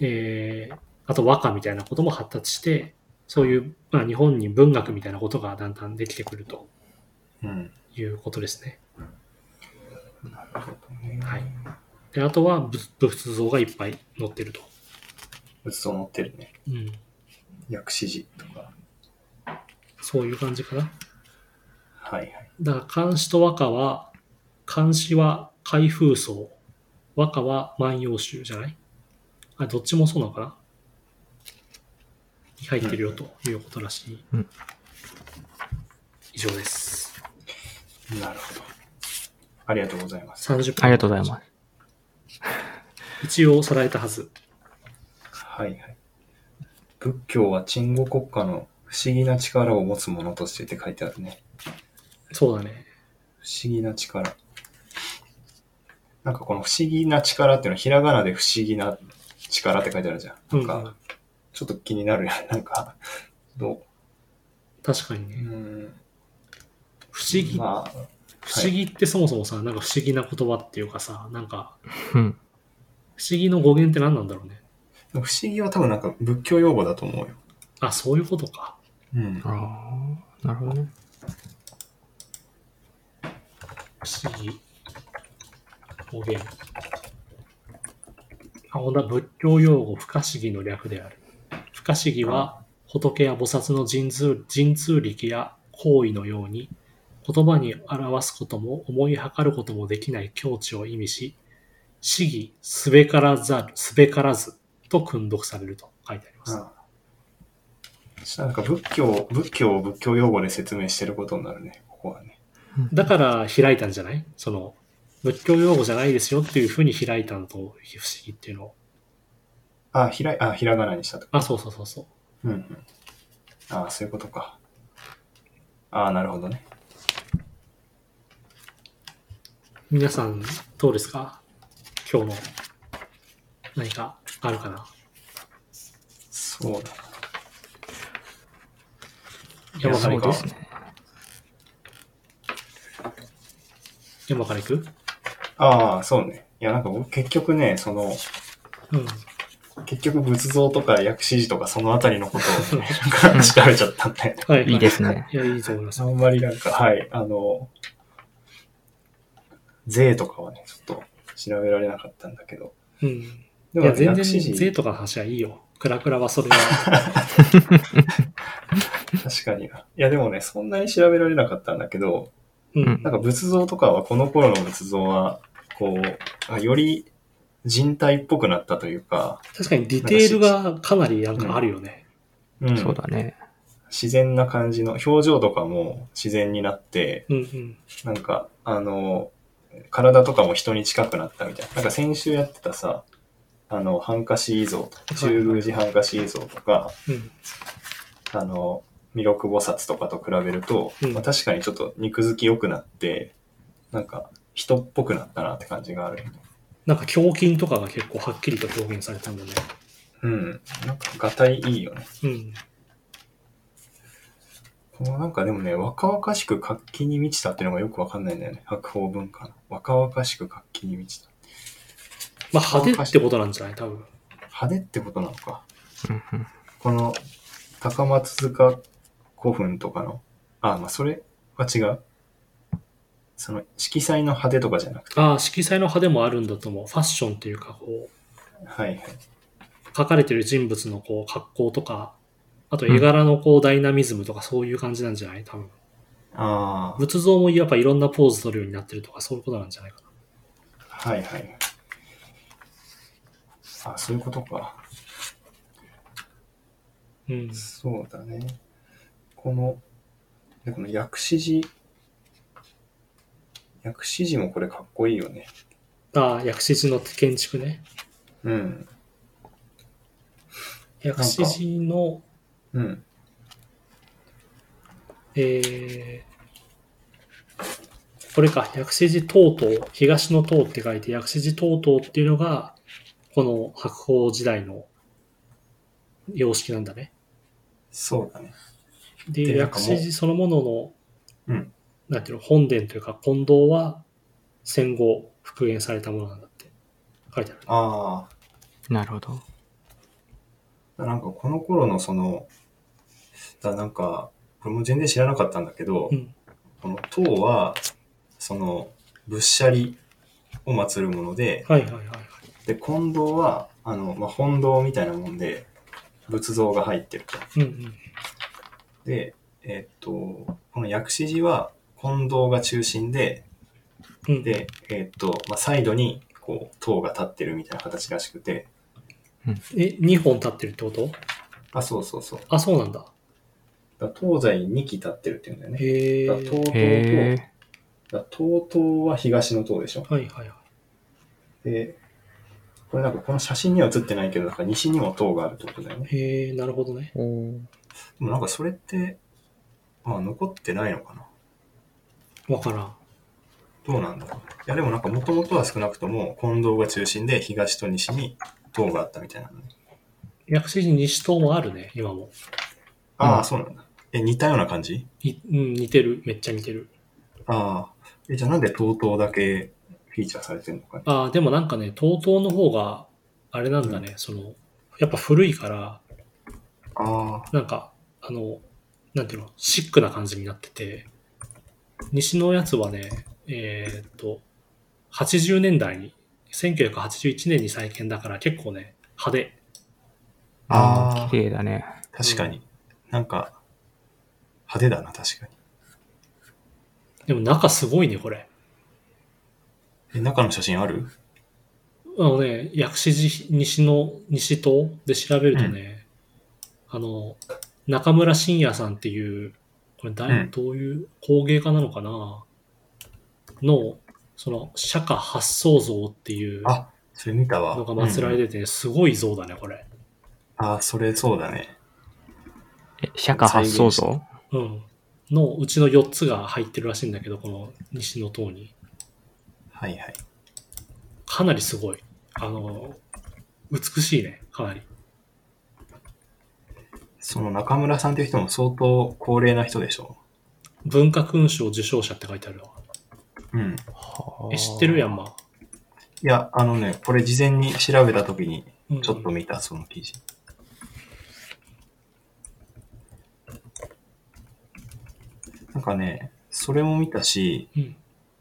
S2: えーあと和歌みたいなことも発達して、そういう、まあ、日本に文学みたいなことがだんだんできてくると
S1: うん。
S2: いうことですね。
S1: なるほどね。
S2: はい。で、あとは仏仏像がいっぱい載ってると。
S1: 仏像持ってるね。
S2: うん。
S1: 薬師寺とか。
S2: そういう感じかな。
S1: はいはい。
S2: だから漢詩と和歌は、漢詩は開封層、和歌は万葉集じゃないあ、どっちもそうなのかなに入ってるよということらしい。
S3: うん
S2: 以上です。
S1: なるほど。ありがとうございます。
S2: 30分。
S3: ありがとうございます。
S2: 一応さらえたはず。
S1: はいはい。仏教は鎮護国家の不思議な力を持つものとしてって書いてあるね。
S2: そうだね。
S1: 不思議な力。なんかこの不思議な力っていうのはひらがなで不思議な力って書いてあるじゃん。
S2: う
S1: なんんか、ちょっと気になるよね。なん か、ど
S2: 確かに
S1: うう
S2: ね。
S1: ん。
S2: 不思議、
S1: まあ、
S2: 不思議ってそもそもさ、なんか不思議な言葉っていうかさ、なんか、
S3: うん。
S2: 不思議の語源って何なんだろうね。
S1: 不思議は多分なんか仏教用語だと思うよ。
S2: あ、そういうことか。
S1: うん。
S3: ああ、なるほどね。
S2: 不思議。語源。あ、ほんだ、仏教用語、不可思議の略である。不可思議は、仏や菩薩の神通神通力や行為のように、言葉に表すことも思いはかることもできない境地を意味し、思議、すべからざる、すべからずと訓読されると書いてあります。
S1: あそしたらなんか仏教、仏教を仏教用語で説明してることになるね、ここはね。
S2: だから開いたんじゃないその、仏教用語じゃないですよっていうふうに開いたのと、不思議っていうのを。
S1: あ、ひら、あ、ひらがなにしたと。
S2: あ、そうそうそうそう。
S1: うんうん。ああ、そういうことか。ああ、なるほどね。
S2: 皆さん、どうですか今日の何かあるかな
S1: そうだ。
S2: 山から
S1: そう
S2: 行
S1: か
S2: く
S3: ですね。
S2: 山から行く
S1: ああ、そうね。いや、なんか僕結局ね、その、
S2: うん。
S1: 結局仏像とか薬師寺とかそのあたりのことをね、なんか調べちゃったんで、
S2: はい。
S3: いいですね。
S2: いや、いいと思います。
S1: あんまりなんか、はい、あの、税とかはね、ちょっと調べられなかったんだけど。
S2: うん。い
S1: でも
S2: や、
S1: ね、
S2: 全
S1: 薬
S2: 然、
S1: 師
S2: 税
S1: 寺、
S2: とかの話はいいよ。クラクラはそれは。
S1: 確かにな。いや、でもね、そんなに調べられなかったんだけど、
S2: うん。
S3: うん
S1: なんか仏像とかは、この頃の仏像は、こう、あより人体っぽくなったというか、
S2: 確かにディテールがかなりなんかあるよね。
S1: うん
S3: そうだね。
S1: 自然な感じの、表情とかも自然になって、
S2: うんうん。
S1: なんか、あの、体とかも人に近くなったみたいな。なんか先週やってたさ、あの、ハンカシー像とか、中宮寺ハンカシー像とか、
S2: うん。
S1: あの、弥勒菩薩とかと比べると、
S2: うん
S1: まあ、確かにちょっと肉付き良くなって、なんか人っぽくなったなって感じがあるよね。
S2: なんか胸筋とかが結構はっきりと表現されたんだね。
S1: うん。なんか、がたいいいよね。
S2: うん。
S1: もうなんかでもね、若々しく活気に満ちたっていうのがよくわかんないんだよね。白鵬文化の。若々しく活気に満ちた。
S2: まあ派手ってことなんじゃない多分。
S1: 派手ってことなのか。
S3: うんうん
S1: この、高松塚古墳とかの、あ、まあそれは違う。その、色彩の派手とかじゃなくて。
S2: ああ、色彩の派手もあるんだと思う。ファッションっていうか、こ
S1: はいはい。
S2: う、書かれてる人物のこう格好とか、あと絵柄のこうダイナミズムとかそういう感じなんじゃない多分。
S1: ああ、
S2: 仏像もやっぱいろんなポーズ取るようになってるとかそういうことなんじゃないかな。
S1: はいはい。あ、そういうことか。
S2: うん。
S1: そうだね。この、でこの薬師寺、薬師寺もこれかっこいいよね。
S2: ああ、薬師寺の建築ね。
S1: うん。
S2: 薬師寺の、
S1: うん。
S2: えー、これか、薬師寺東塔、東の塔って書いて、薬師寺東塔っていうのが、この白鵬時代の様式なんだね。
S1: そうだね。
S2: で、
S1: でなんか
S2: 薬
S1: もう
S2: 師寺そのものの、
S1: うん
S2: なんていうの、本殿というか、金堂は戦後復元されたものなんだって書いてある。
S1: あ
S3: なるほど。
S1: あ、なんかこの頃のその、だなんか、これも全然知らなかったんだけど、
S2: うん。
S1: この唐は、その、仏舎利を祀るもので、
S2: はいはいはいはい。
S1: で、金堂は、あの、まあ、本堂みたいなもんで、仏像が入ってると。
S2: うんうん。
S1: で、えっと、この薬師寺は金堂が中心で、
S2: うん、
S1: で、えっと、まあ、サイドに、こう、塔が立ってるみたいな形らしくて、
S2: え、2本立ってるってこと
S1: あ、そうそうそう。
S2: あ、そうなんだ。
S1: だから東西に2基立ってるっていうんだよね。
S2: へえ。
S1: だから東塔と、
S3: へえ。
S1: だから東塔は東の塔でしょ。
S2: はいはいはい。
S1: で、これなんかこの写真には写ってないけど、なんか西にも塔があるってことだよね。
S2: へえ、なるほどね。
S1: でもなんかそれって、まあ残ってないのかな。
S2: わからん。
S1: どうなんだろう。いやでもなんか元々は少なくとも金堂が中心で東と西に塔があったみたいなのね。
S2: 薬師寺西東もあるね、今も。
S1: ああ、
S3: うん
S1: そうなんだ。え、似たような感じ
S2: いうん、似てる。めっちゃ似てる。
S1: ああ。え、じゃあなんで TOTO だけフィーチャーされてるのかね。
S2: ああ、でもなんかね、東東の方が、あれなんだね、その、やっぱ古いから、
S1: ああ。
S2: なんか、あの、なんていうの、シックな感じになってて、西のやつはね、えーっと、80年代に、1981年に再建だから結構ね、派手。
S1: あー
S3: 綺麗だね。
S1: 確かに。なんか、派手だな、確かに。
S2: でも中すごいね、これ。
S1: え、中の写真ある
S2: あのね、薬師寺西の西東で調べるとね、あの、中村信也さんっていう、これ誰、
S1: うん
S2: どういう工芸家なのかなの、その、釈迦八層像っていうの
S1: あそれ見たわ。
S2: が祀られ
S1: うん
S2: てて、すごい像だね、これ。
S1: ああ、それそうだね。
S3: え、釈迦発想像
S2: うん。のうちの4つが入ってるらしいんだけど、この西の塔に。
S1: はいはい。
S2: かなりすごい。あの、美しいね、かなり。
S1: その中村さんっていう人も相当高齢な人でしょ
S2: 文化勲章受章者って書いてあるわ。
S1: うん。
S2: え、知ってるやんま。
S1: いや、あのね、これ事前に調べたときに
S2: うん
S1: ちょっと見た、その記事。なんかね、それも見たし、
S2: うん。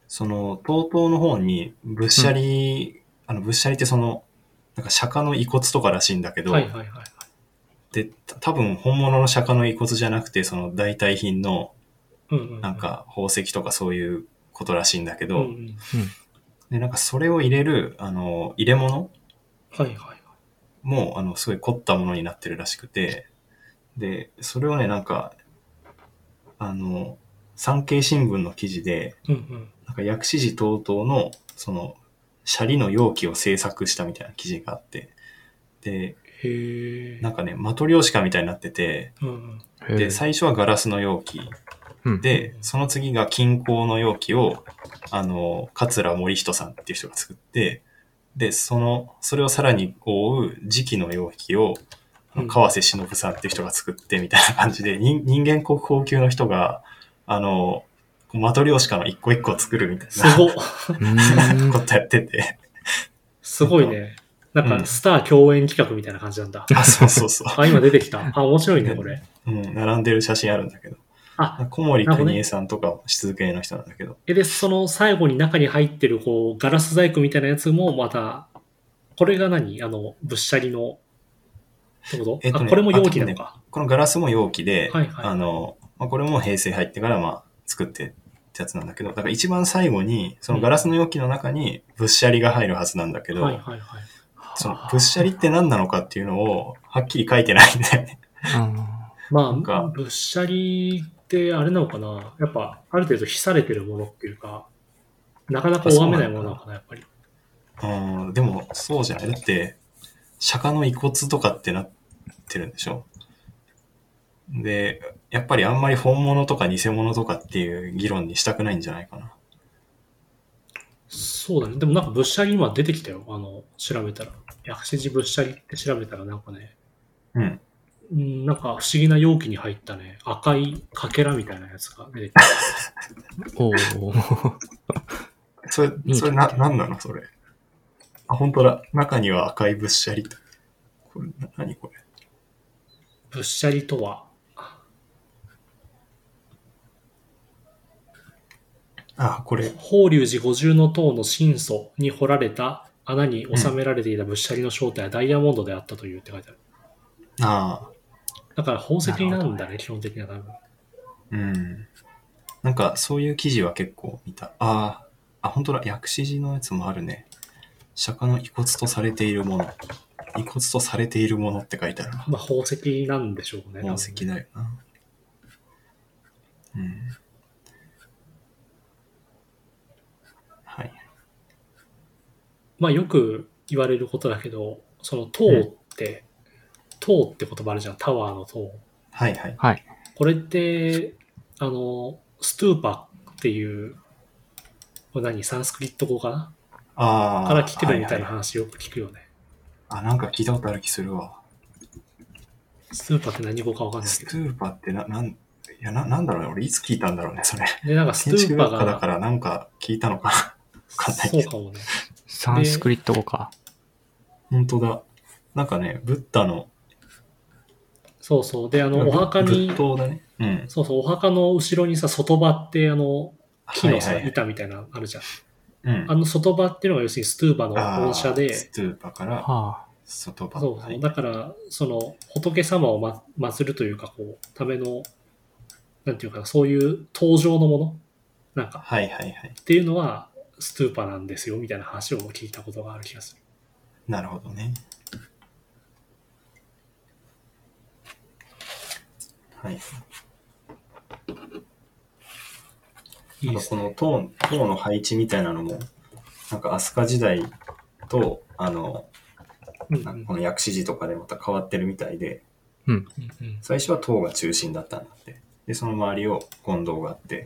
S1: その、東東の方に、ぶっしゃり、あの、ぶっしゃりってその、なんか釈迦の遺骨とからしいんだけど、
S2: はいはいはいはい。
S1: で、た多分本物の釈迦の遺骨じゃなくて、その代替品の、
S2: うんうんうん
S1: なん、か宝石とかそういうことらしいんだけ
S2: うん
S1: ど、
S2: うん、
S1: で、なんかそれを入れる、あの、入れ物
S2: はいはいはい。
S1: もう、あの、すごい凝ったものになってるらしくて、で、それをね、なんか、あの、産経新聞の記事で、
S2: うんうん。
S1: なんか薬師寺等々の、その、シャリの容器を制作したみたいな記事があって、で、
S2: へえ。
S1: なんかね、マトリョーシカみたいになってて、
S2: うんうん。
S3: へ
S1: で、
S3: ー
S1: 最初はガラスの容器、
S3: うん
S1: で、その次が金鉱の容器を、あの、桂森人さんっていう人が作って、で、その、それをさらに覆う磁器の容器を、あの川瀬忍さんっていう人が作ってみたいな感じで、人人間国宝級の人が、あの、マトリョーシカの一個一個作るみたい
S2: すごっ、
S3: うん
S1: な ことやってて。
S2: すごいね。なん
S1: う
S2: か、
S1: ん
S2: スター共演企画みたいな感じなん だ。
S1: あ、そうそうそう。
S2: あ、今出てきた。あ、面白いね、これ。
S1: うん、並んでる写真あるんだけど。
S2: あ、
S1: 小森邦衛さんとかもし続けの人なんだけど。
S2: え、で、その最後に中に入ってる、こう、ガラス細工みたいなやつも、また、これが何あの、ぶっしゃりの、ってこと、
S1: えっとね
S2: あ、これも容器なのか。
S1: このガラスも容器で、
S2: はいはい
S1: あの、まあ、これも平成入ってからまあ作ってってやつなんだけど、だから一番最後に、そのガラスの容器の中にぶっしゃりが入るはずなんだけど、
S2: はいはいはい。
S1: そのぶっしゃりって何なのかっていうのをはっきり書いてないんだよ ね。
S3: あ
S2: まあ、
S1: か
S2: ぶっしゃりってあれなのかなやっぱ、ある程度ひされてるものっていうか、なかなか拝めないものなのかな、やっぱり。
S1: うん、でもそうじゃない。だって、釈迦の遺骨とかってなってるんでしょで、やっぱりあんまり本物とか偽物とかっていう議論にしたくないんじゃないかな。
S2: そうだね。でもなんかぶっしゃり今出てきたよ。あの、調べたら。薬師寺ぶっしゃりって調べたらなんかね、
S1: うん。
S2: うん、なんか不思議な容器に入ったね、赤いかけらみたいなやつが出てきた。
S3: ーおー
S1: それ
S3: う、ん
S1: それな、なんなのそれ。あ、本当だ。中には赤いぶっしゃりと。これ、な、何これ。
S2: ぶっしゃりとは、
S1: あ、これ。
S2: 法隆寺五重の塔の神祖に掘られた穴に収められていたぶっしゃりの正体はダイヤモンドであったというって書いてある。
S1: ああ、
S2: だから宝石なんだね、基本的には多分。
S1: うん。なんか、そういう記事は結構見た。ああ、あ、本当だ。薬師寺のやつもあるね。釈迦の遺骨とされているもの。遺骨とされているものって書いてあるな。
S2: まあ宝石なんでしょうね。多
S1: 宝
S2: 分
S1: 石だよな。うん。はい。
S2: まあよく言われることだけど、その塔って、塔って言葉あるじゃん、タワーの塔。
S1: はいはい。
S3: はい。
S2: これって、あの、ストゥーパっていう、これ何、サンスクリット語かな
S1: ああ。
S2: から来てるみたいな
S1: はは
S2: 話よく聞くよね。
S1: あ、なんか聞いたことある気するわ。
S2: ストゥーパって何語かわかんない
S1: ス
S2: け
S1: トゥーパってな、なん、いや、な、なんだろうね。俺、いつ聞いたんだろうね、それ。
S2: ど。で、なんかス
S1: 建
S2: トゥ
S1: 築
S2: ーパ
S1: 学科だ
S2: が、
S1: から、なんか聞いたのか な。かんない
S2: そうかもね。
S3: サンスクリット語か。
S1: 本当だ。なんかね、ブッダの、
S2: そうそう。で、あの、お墓
S1: ぶ
S2: に
S1: 仏、塔だね。うん。
S2: そうそう、お墓の後ろにさ、外場って、あの、木の
S1: は
S2: さ、
S1: いはい
S2: 板みたいなのあるじゃん。
S1: うん
S2: あ。の外場っていうのが要するにストゥーバの
S1: あー
S2: 本社で、
S1: ストゥーパから
S3: は
S1: 外場。
S2: そう
S1: は
S2: そ。
S1: いう
S2: だから、その、仏様を、ま、祀るというか、こう、ための、なんていうかな、そういう登場のものなんか、
S1: はいはいはい。
S2: っていうのは、ストゥーパなんですよ、みたいな話を聞いたことがある気がする。
S1: なるほどね。はい。
S2: いいで
S1: なんか
S2: す
S1: こ
S2: ね。
S1: の塔塔の配置みたいなのも、なんか飛鳥時代と、あの、
S2: うんう
S1: なん
S2: ん
S1: かこの薬師寺とかでまた変わってるみたいで、
S3: あ。うん。
S2: うん
S1: 最初は塔が中心だったんだって。で、その周りを金堂があって、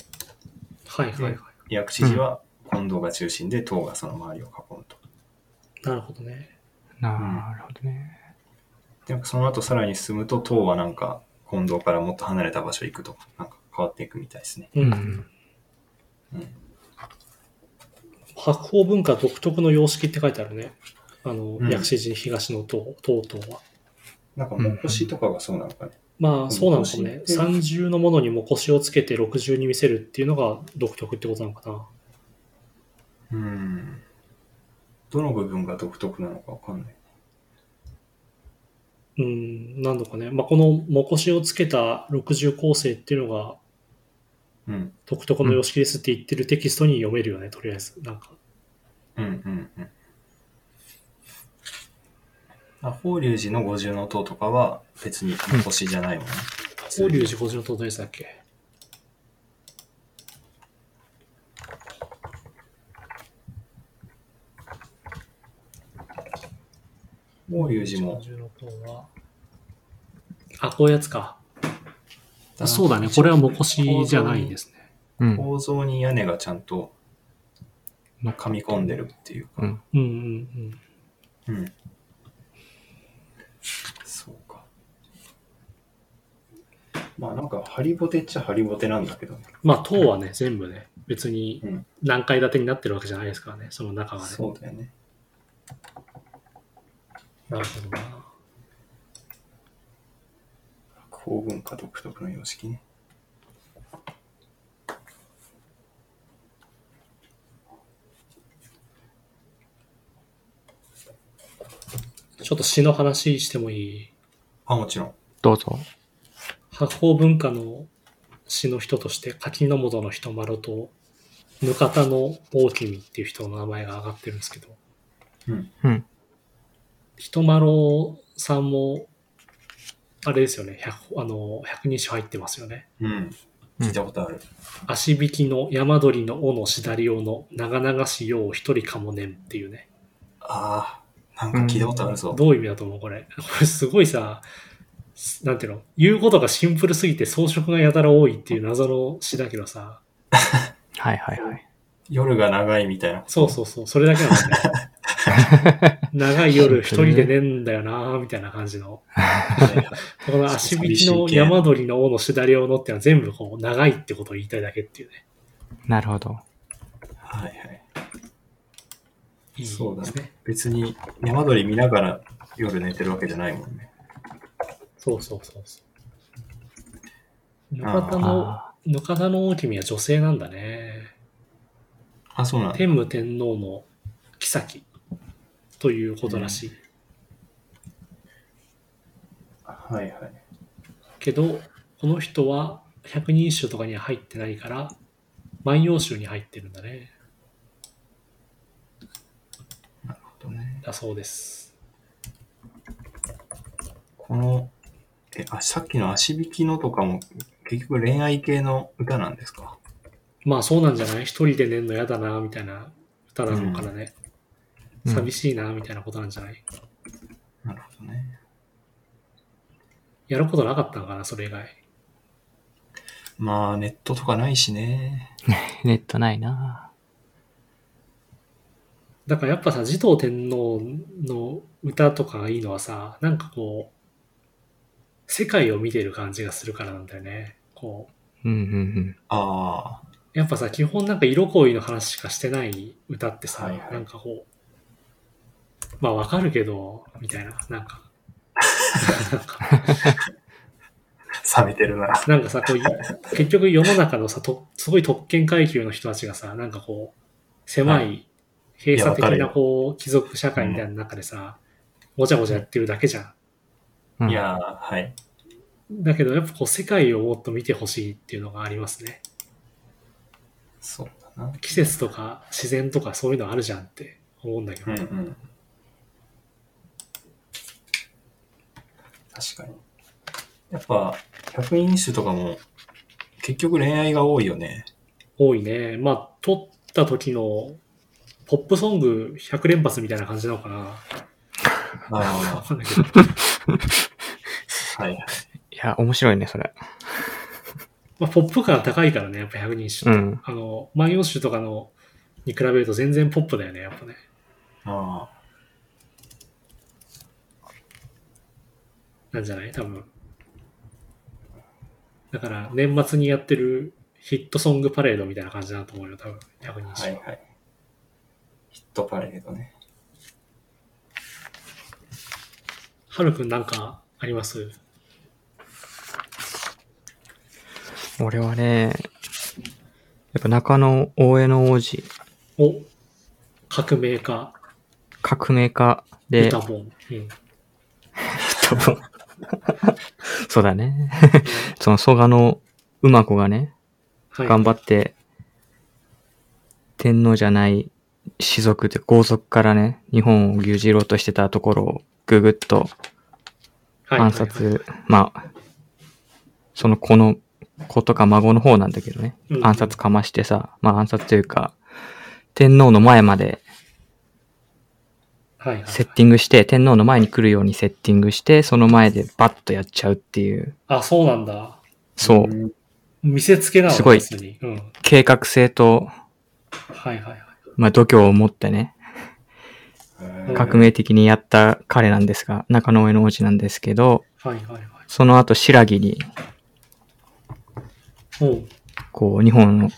S2: はいはいはい。
S1: 薬師寺は金堂が中心で、塔がその周りを囲むと。
S2: なるほどね。
S3: なるほどね。
S1: で、その後さらに進むと、塔はなんか金堂からもっと離れた場所行くと、なんか変わっていくみたいですね。
S2: う。
S3: うんん。
S2: 白鵬文化独特の様式って書いてあるね。あの、
S1: うん
S2: 薬師寺東の塔、塔々は。
S1: なんか、もこしとかがそうなのかね。
S2: まあそうなのかも
S1: う
S2: ね
S1: ん。
S2: 三重のものにも腰をつけて六重に見せるっていうのが独特ってことなのかな。
S1: うん。どの部分が独特なのかわかんない。
S2: うん、なんだかね。まあこのもこしをつけた六重構成っていうのが
S1: うん。
S2: 独特の様式ですって言ってるテキストに読めるよね、とりあえず。なんか。
S1: うんうんうん。あ法隆寺の五重の塔とかは別に星じゃないもんね。
S2: 法隆寺五重の塔どれでしたっけ
S1: 法隆寺も
S2: 法。隆寺の塔は。あ、こういうやつか。
S1: だな
S2: そうだね。これはもこしじゃないですね。
S3: うん。
S1: 構造に屋根がちゃんと
S3: なん
S1: 噛み込んでるっていう
S3: う
S1: か。
S3: ん。
S2: うんうんうん。
S1: うん。そうか。まあなんか、ハリボテっちゃハリボテなんだけどね。
S2: まあ、塔はね、全部ね、別に
S1: うん
S2: 何階建てになってるわけじゃないですからね、その中がね。
S1: そうだよね。
S2: なるほどな。
S1: 公文化独特の様式ね。
S2: ちょっと詩の話してもいい
S1: あ、もちろん。
S3: どうぞ。
S2: 発酵文化の詩の人として柿の本の人丸とぬかたの大君っていう人の名前が上がってるんですけど
S1: うん。
S3: うん。
S2: 人丸さんもあれですよね100あの百人種入ってますよね
S1: うん。聞いたことある。
S2: 足引きの山鳥の尾のしだりおの長々しよう一人かもねんっていうね
S1: ああ、なんか聞いたことあるぞ。
S2: どういう意味だと思うこれ これすごいさなんていうの言うことがシンプルすぎて装飾がやたら多いっていう謎の詩だけどさ
S3: はいはいはい。
S1: 夜が長いみたい な。
S2: そうそうそう、それだけなんですね。長い夜一人で寝んだよなーみたいな感じの。この足引きの山鳥の尾のしだりをのってのは全部こう長いってことを言いたいだけっていうね。
S3: なるほど。
S1: はいはい。
S2: いい
S1: そうだ
S2: です
S1: ね。。別に山鳥見ながら夜寝てるわけじゃないもんね。
S2: そうそうそうそう。ぬ
S1: あー
S2: かたの、
S3: あ
S2: ぬかたの大君は女性なんだね。
S1: あ、そうなんだ。
S2: 天武天皇の妃ということらしい。
S1: はいはい。
S2: けど、この人は百人一首とかには入ってないから、万葉集に入ってるんだね。
S1: なるほどね。
S2: だそうです。
S1: この、え、あ、さっきの足引きのとかも結局恋愛系の歌なんですか
S2: まあそうなんじゃない一人で寝るの嫌だな、みたいな歌なのからね。
S3: うん
S2: 寂しいな、みたいなことなんじゃない、
S1: なるほどね。
S2: やることなかったのかな、それ以外。
S1: まあ、ネットとかないしね。
S3: ーネットないな。
S2: だからやっぱさ、持統天皇の歌とかがいいのはさ、なんかこう、世界を見てる感じがするからなんだよね。こう、
S3: うんうん
S1: ああ、
S2: やっぱさ、基本なんか色恋の話しかしてない歌ってさ、
S1: はいはい
S2: なんかこう、まあわかるけど、みたいな、なんか、なんか
S1: 冷めてるな。
S2: なんかさ、こうい、結局世の中のさ、と、すごい特権階級の人たちがさ、なんかこう、狭、
S1: はい
S2: 閉鎖的
S1: いや
S2: な
S1: わか
S2: こう、貴族社会みたいな中でさ、ごちゃごちゃやってるだけじゃん。
S3: うん。うん
S1: い、やー、はい。
S2: だけど、やっぱこう、世界をもっと見てほしいっていうのがありますね。
S1: そうだな。
S2: 季節とか自然とかそういうのあるじゃんって思うんだけど。
S1: うんうん。確かに。やっぱ、百人一首とかも、結局恋愛が多いよね。
S2: 多いね。まあ、撮った時の、ポップソング100連発みたいな感じなのかな。わ
S1: あ
S2: かんないけど
S1: あ、はい。
S3: いや、面白いね、それ。
S2: まあ、ポップ感が高いからね、やっぱ100人一首って
S3: うん。
S2: あの、万葉集とかのに比べると全然ポップだよね、やっぱね。
S1: ああ、
S2: なんじゃない多分。だから、年末にやってるヒットソングパレードみたいな感じだなと思うよ、多分。100人一
S1: はい
S2: 首
S1: はい。ヒットパレードね。
S2: はるくんなんかあります
S3: 俺はね、やっぱ中野大江の王子、
S2: お革命家、
S3: 革命家で、
S2: 歌本。うん。
S3: 多分そうだね。その蘇我の馬子がね、
S2: はい。
S3: 頑張って、天皇じゃない士族って豪族からね、日本を牛耳ろうとしてたところをぐぐっと
S2: はいは
S3: 暗
S2: いはい
S3: 殺、まあ、その子の、子とか孫の方なんだけどね
S2: う、ん
S3: 暗殺かましてさ、まあ暗殺というか、天皇の前まで
S2: はいはいはい
S3: セッティングして、天皇の前に来るようにセッティングして、その前でバッとやっちゃうっていう、
S2: あ、そうなんだ。
S3: そう、
S1: ん
S2: 見せつけなの
S3: すごい
S2: 別にうん。はい
S3: 計画性と、
S2: はいはい。
S3: まあ度胸を持ってね、
S1: うん
S3: 革命的にやった彼なんですが、中野上の王子なんですけど、
S2: はいはいはい。
S3: その後、新木に
S2: おう
S3: こう、日本の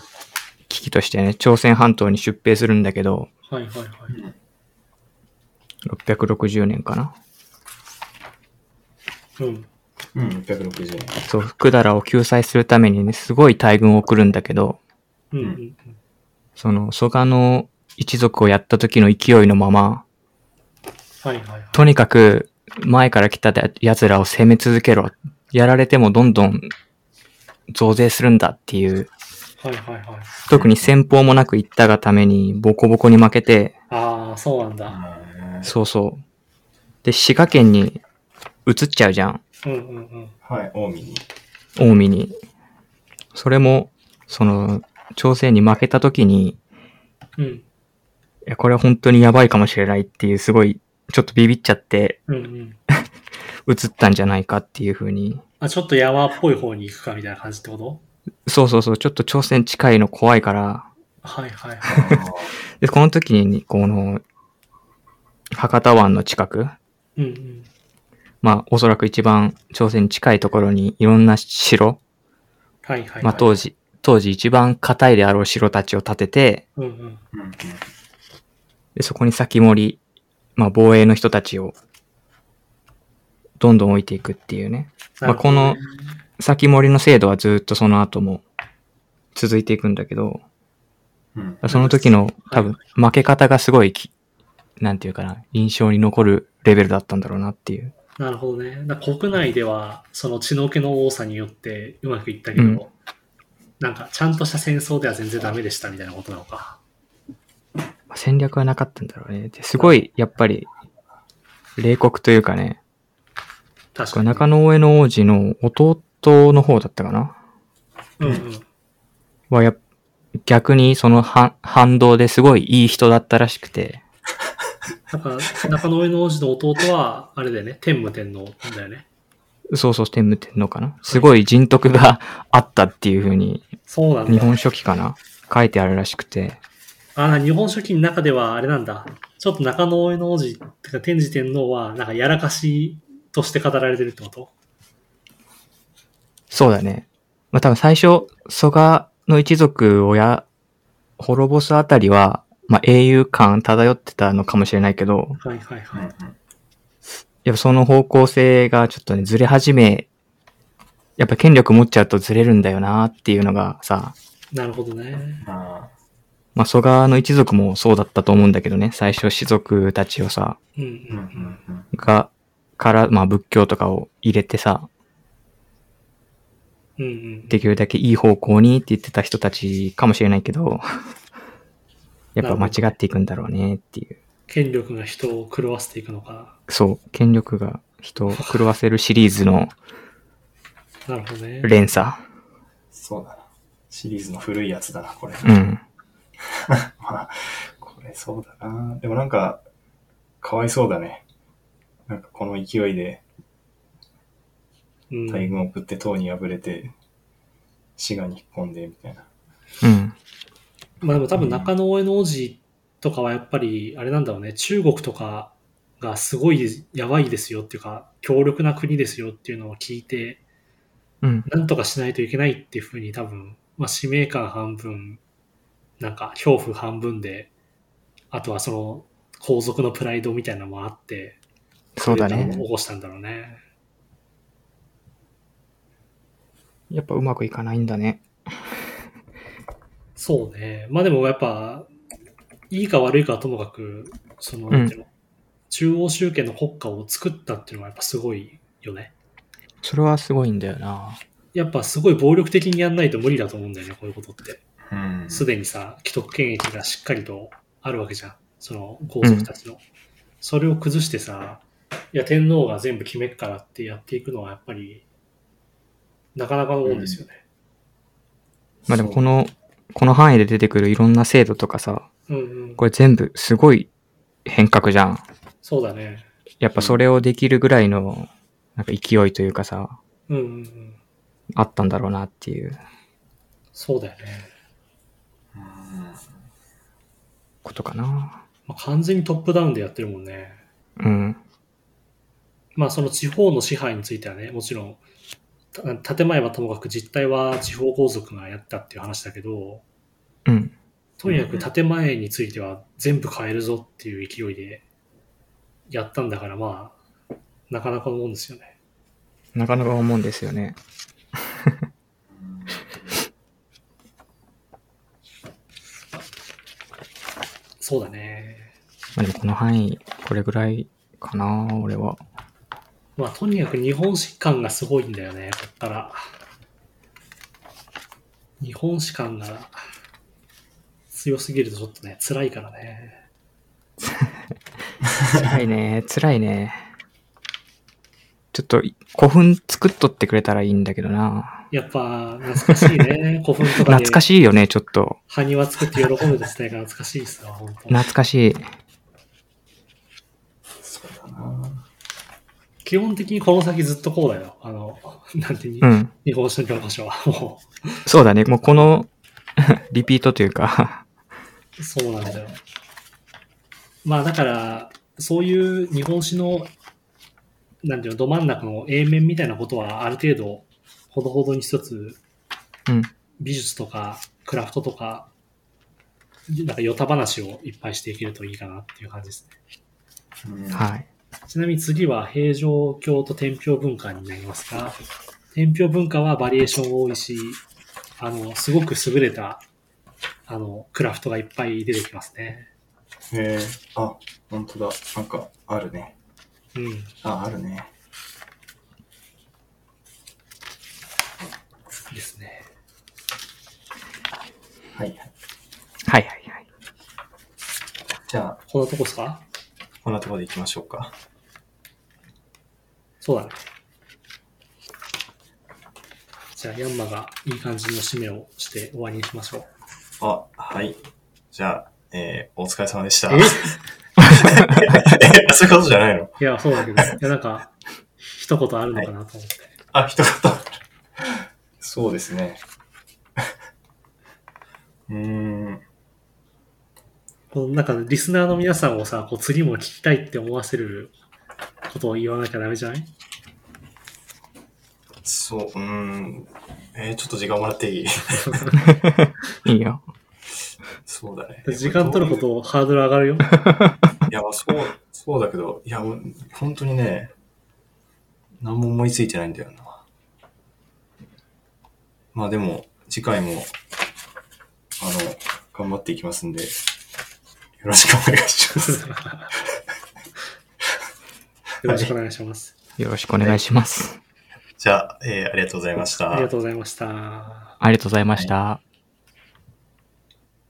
S3: 危機としてね、朝鮮半島に出兵するんだけど、
S2: はいはいはい。
S3: 660年かな。
S2: うん。
S1: うん、660円。
S3: そう、百済を救済するためにね、すごい大軍を送るんだけど、
S2: うんうんうん。
S3: その、蘇我の一族をやった時の勢いのまま、
S2: はいはいはい。
S3: とにかく前から来た奴らを攻め続けろ。やられてもどんどん増税するんだっていう、
S2: はいはいはい。
S3: 特に戦法もなく行ったがためにボコボコに負けて、
S2: ああ、そうなんだ。
S1: は
S3: そうそう。で、滋賀県に移っちゃうじゃん。
S2: うんうんうん。
S1: い、近江に。
S3: 近江に。それも、その、朝鮮に負けた時に、い
S2: うん
S3: やこれは本当にやばいかもしれないっていう、すごい、ちょっとビビっちゃって
S2: うんうん。
S3: 移ったんじゃないかっていうふうに
S2: あ、ちょっと山っぽい方に行くかみたいな感じってこと
S3: そうそうそう、ちょっと朝鮮近いの怖いから、
S2: はいは い
S1: あ
S2: はい。
S1: ー
S3: で、この時に、この、博多湾の近く、
S2: うんうん。
S3: まあ、おそらく一番朝鮮に近いところにいろんな城、
S2: はいはいはい。
S3: まあ当時、当時一番硬いであろう城たちを建てて、
S2: うんうん。
S1: うんうん
S3: でそこに先盛り、まあ防衛の人たちを、どんどん置いていくっていうね。まあこの
S2: なるほどね
S3: 先盛りの制度はずっとその後も続いていくんだけど、
S1: うん
S3: その時の多分
S2: は
S3: 負け方がすごいき、なんていうかな、印象に残るレベルだったんだろうなっていう。
S2: なるほどね。だ国内では、その血の気の多さによってうまくいったけど、
S3: うん
S2: なんかちゃんとした戦争では全然ダメでしたみたいなことなのか。
S3: まあ戦略はなかったんだろうね。ですごい、やっぱり、冷酷というかね、
S2: 確
S3: こ
S2: か
S3: れ
S2: に。
S3: 中野上の王子の弟の方だったかな
S2: うんうん。
S3: はやっ、逆にその反反動ですごいいい人だったらしくて、
S2: なんか、中野上の王子の弟は、あれだよね、天武天皇だよね。
S3: そうそう天武天皇かなすごい人徳が あったっていう風に、
S2: そうなんだ。
S3: 日本書紀かな書いてあるらしくて、
S2: あ日本書紀の中ではあれなんだ。ちょっと中野上の王子、てか天智天皇は、なんかやらかしとして語られてるってこと
S3: そうだね。まあ多分最初、蘇我の一族をや、滅ぼすあたりは、まあ英雄感漂ってたのかもしれないけど、
S2: はいはいはい。
S3: やっぱその方向性がちょっとね、ずれ始め、やっぱ権力持っちゃうとずれるんだよなっていうのがさ、
S2: なるほどね。
S1: あ
S3: まあ、蘇我の一族もそうだったと思うんだけどね、最初、士族たちをさ、
S2: うんう
S1: ーうん
S2: ん
S1: うんうん
S3: が、から、まあ、仏教とかを入れてさ、
S2: うん。うんうん。
S3: できるだけいい方向にって言ってた人たちかもしれないけど、やっぱ間違っていくんだろうねっていう。
S2: 権力が人を狂わせていくのか
S3: そう、権力が人を狂わせるシリーズの
S2: な。なるほどね。
S3: 連鎖。
S1: そうだな。シリーズの古いやつだな、これ。
S3: うん。
S1: まあ、これそうだな。でもなんか、かわいそうだね。なんかこの勢いで
S2: うん
S1: 大軍を送って党に敗れて、滋賀に引っ込んで、みたいな。
S3: うん。
S2: まあでも多分中野大江の王子とかはやっぱりあれなんだろうね中国とかがすごいやばいですよっていうか強力な国ですよっていうのを聞いて
S3: うん。
S2: なんとかしないといけないっていうふうに多分、まあ、使命感半分なんか恐怖半分であとはその皇族のプライドみたいなのもあって
S3: そうだ
S2: クーデター
S3: ね。
S2: を起こしたんだろうね
S3: やっぱうまくいかないんだね。
S2: そうね。まあでもやっぱ、いいか悪いかはともかく、その、
S3: ん
S2: なんていうの、中央集権の国家を作ったっていうのはやっぱすごいよね。
S3: それはすごいんだよな。
S2: やっぱすごい暴力的にやんないと無理だと思うんだよね、こういうことって。
S1: うん
S2: すでにさ、既得権益がしっかりとあるわけじゃん。その皇族たちの。それを崩してさ、いや、天皇が全部決めっからってやっていくのはやっぱり、なかなかのもんですよね。
S3: まあでもこの、この範囲で出てくるいろんな制度とかさ、
S2: うんうん。
S3: これ全部すごい変革じゃん。
S2: そうだね。
S3: やっぱそれをできるぐらいの、なんか勢いというかさ、
S2: うんうんうん。
S3: あったんだろうなっていう
S2: そうだよね。
S3: ことかな。
S2: まあ、完全にトップダウンでやってるもんね。
S3: うん。
S2: まあその地方の支配についてはね、もちろんた建前はともかく実態は地方皇族がやったっていう話だけど、
S3: うん。
S2: とにかく建前については全部変えるぞっていう勢いでやったんだから、まあ、なかなかのもんですよね。
S3: なかなか思うんですよね。
S2: そうだね。
S3: まあ、でもこの範囲、これぐらいかな、俺は。
S2: まあ、とにかく日本史観がすごいんだよね、こっから。日本史観が強すぎるとちょっとね、辛いからね。
S3: 辛いね、 辛いね。ちょっと、古墳作っとってくれたらいいんだけどな。
S2: やっぱ、懐かしい ね。古墳とか
S3: 懐
S2: で
S3: かしいよね、ちょっと。
S2: 埴輪作って喜ぶ時代が懐かしいですわ、本当
S3: 懐かしい。
S1: そうだな。
S2: 基本的にこの先ずっとこうだよ。あの、なんていう
S3: う
S2: の、
S3: ん。
S2: 日本史の教科書は。も
S3: そうだね、もうこの、 リピートというか、
S2: う、そうなんだよ。まあだから、そういう日本史の、なんていうの、ど真ん中の A 面みたいなことはある程度、ほどほどにしつつ、
S3: うん。
S2: 美術とかクラフトとか、なんかヨタ話をいっぱいしていけるといいかなっていう感じですね
S1: うん
S3: はい。
S2: ちなみに次は平城京と天平文化になりますが、天平文化はバリエーション多いし、あの、すごく優れた、あの、クラフトがいっぱい出てきますね。
S1: へえあ、本当だ。なんか、あるね。
S2: うん。
S1: あ、あるね。
S2: ですね。
S1: はいはい。
S3: はいはいはい。
S1: じゃあ、
S2: こんなとこですか
S1: こんなところで行きましょうか。
S2: そうだね。じゃあ、ヤンマがいい感じの締めをして終わりにしましょう。
S1: あ、はい。じゃあ、えー、お疲れ様でした。
S2: え
S1: えそういうことじゃないの
S2: いや、そうだけ ど、いや、なんか、一言あるのかなと思って。
S1: あ、一言。そうですね。 うーん。
S2: このなんか、リスナーの皆さんをさ、こう、次も聞きたいって思わせることを言わなきゃダメじゃない
S1: そう、うーん。えー、ちょっと時間もらっていい
S3: いいよ。
S1: そうだね。
S2: 時間取るこ
S1: い
S2: とハードル上がる よ。
S1: や、まあそう、そうだけど、いや、もう本当にね、何も思いついてないんだよな。まあでも、次回も、あの、頑張っていきますんで、よろしくお願いします。
S2: よろしくお願いします。
S3: よろしくお願いします。
S1: じゃあ、えーありがとうございました。
S2: ありがとうございました。
S3: ありがとうございました。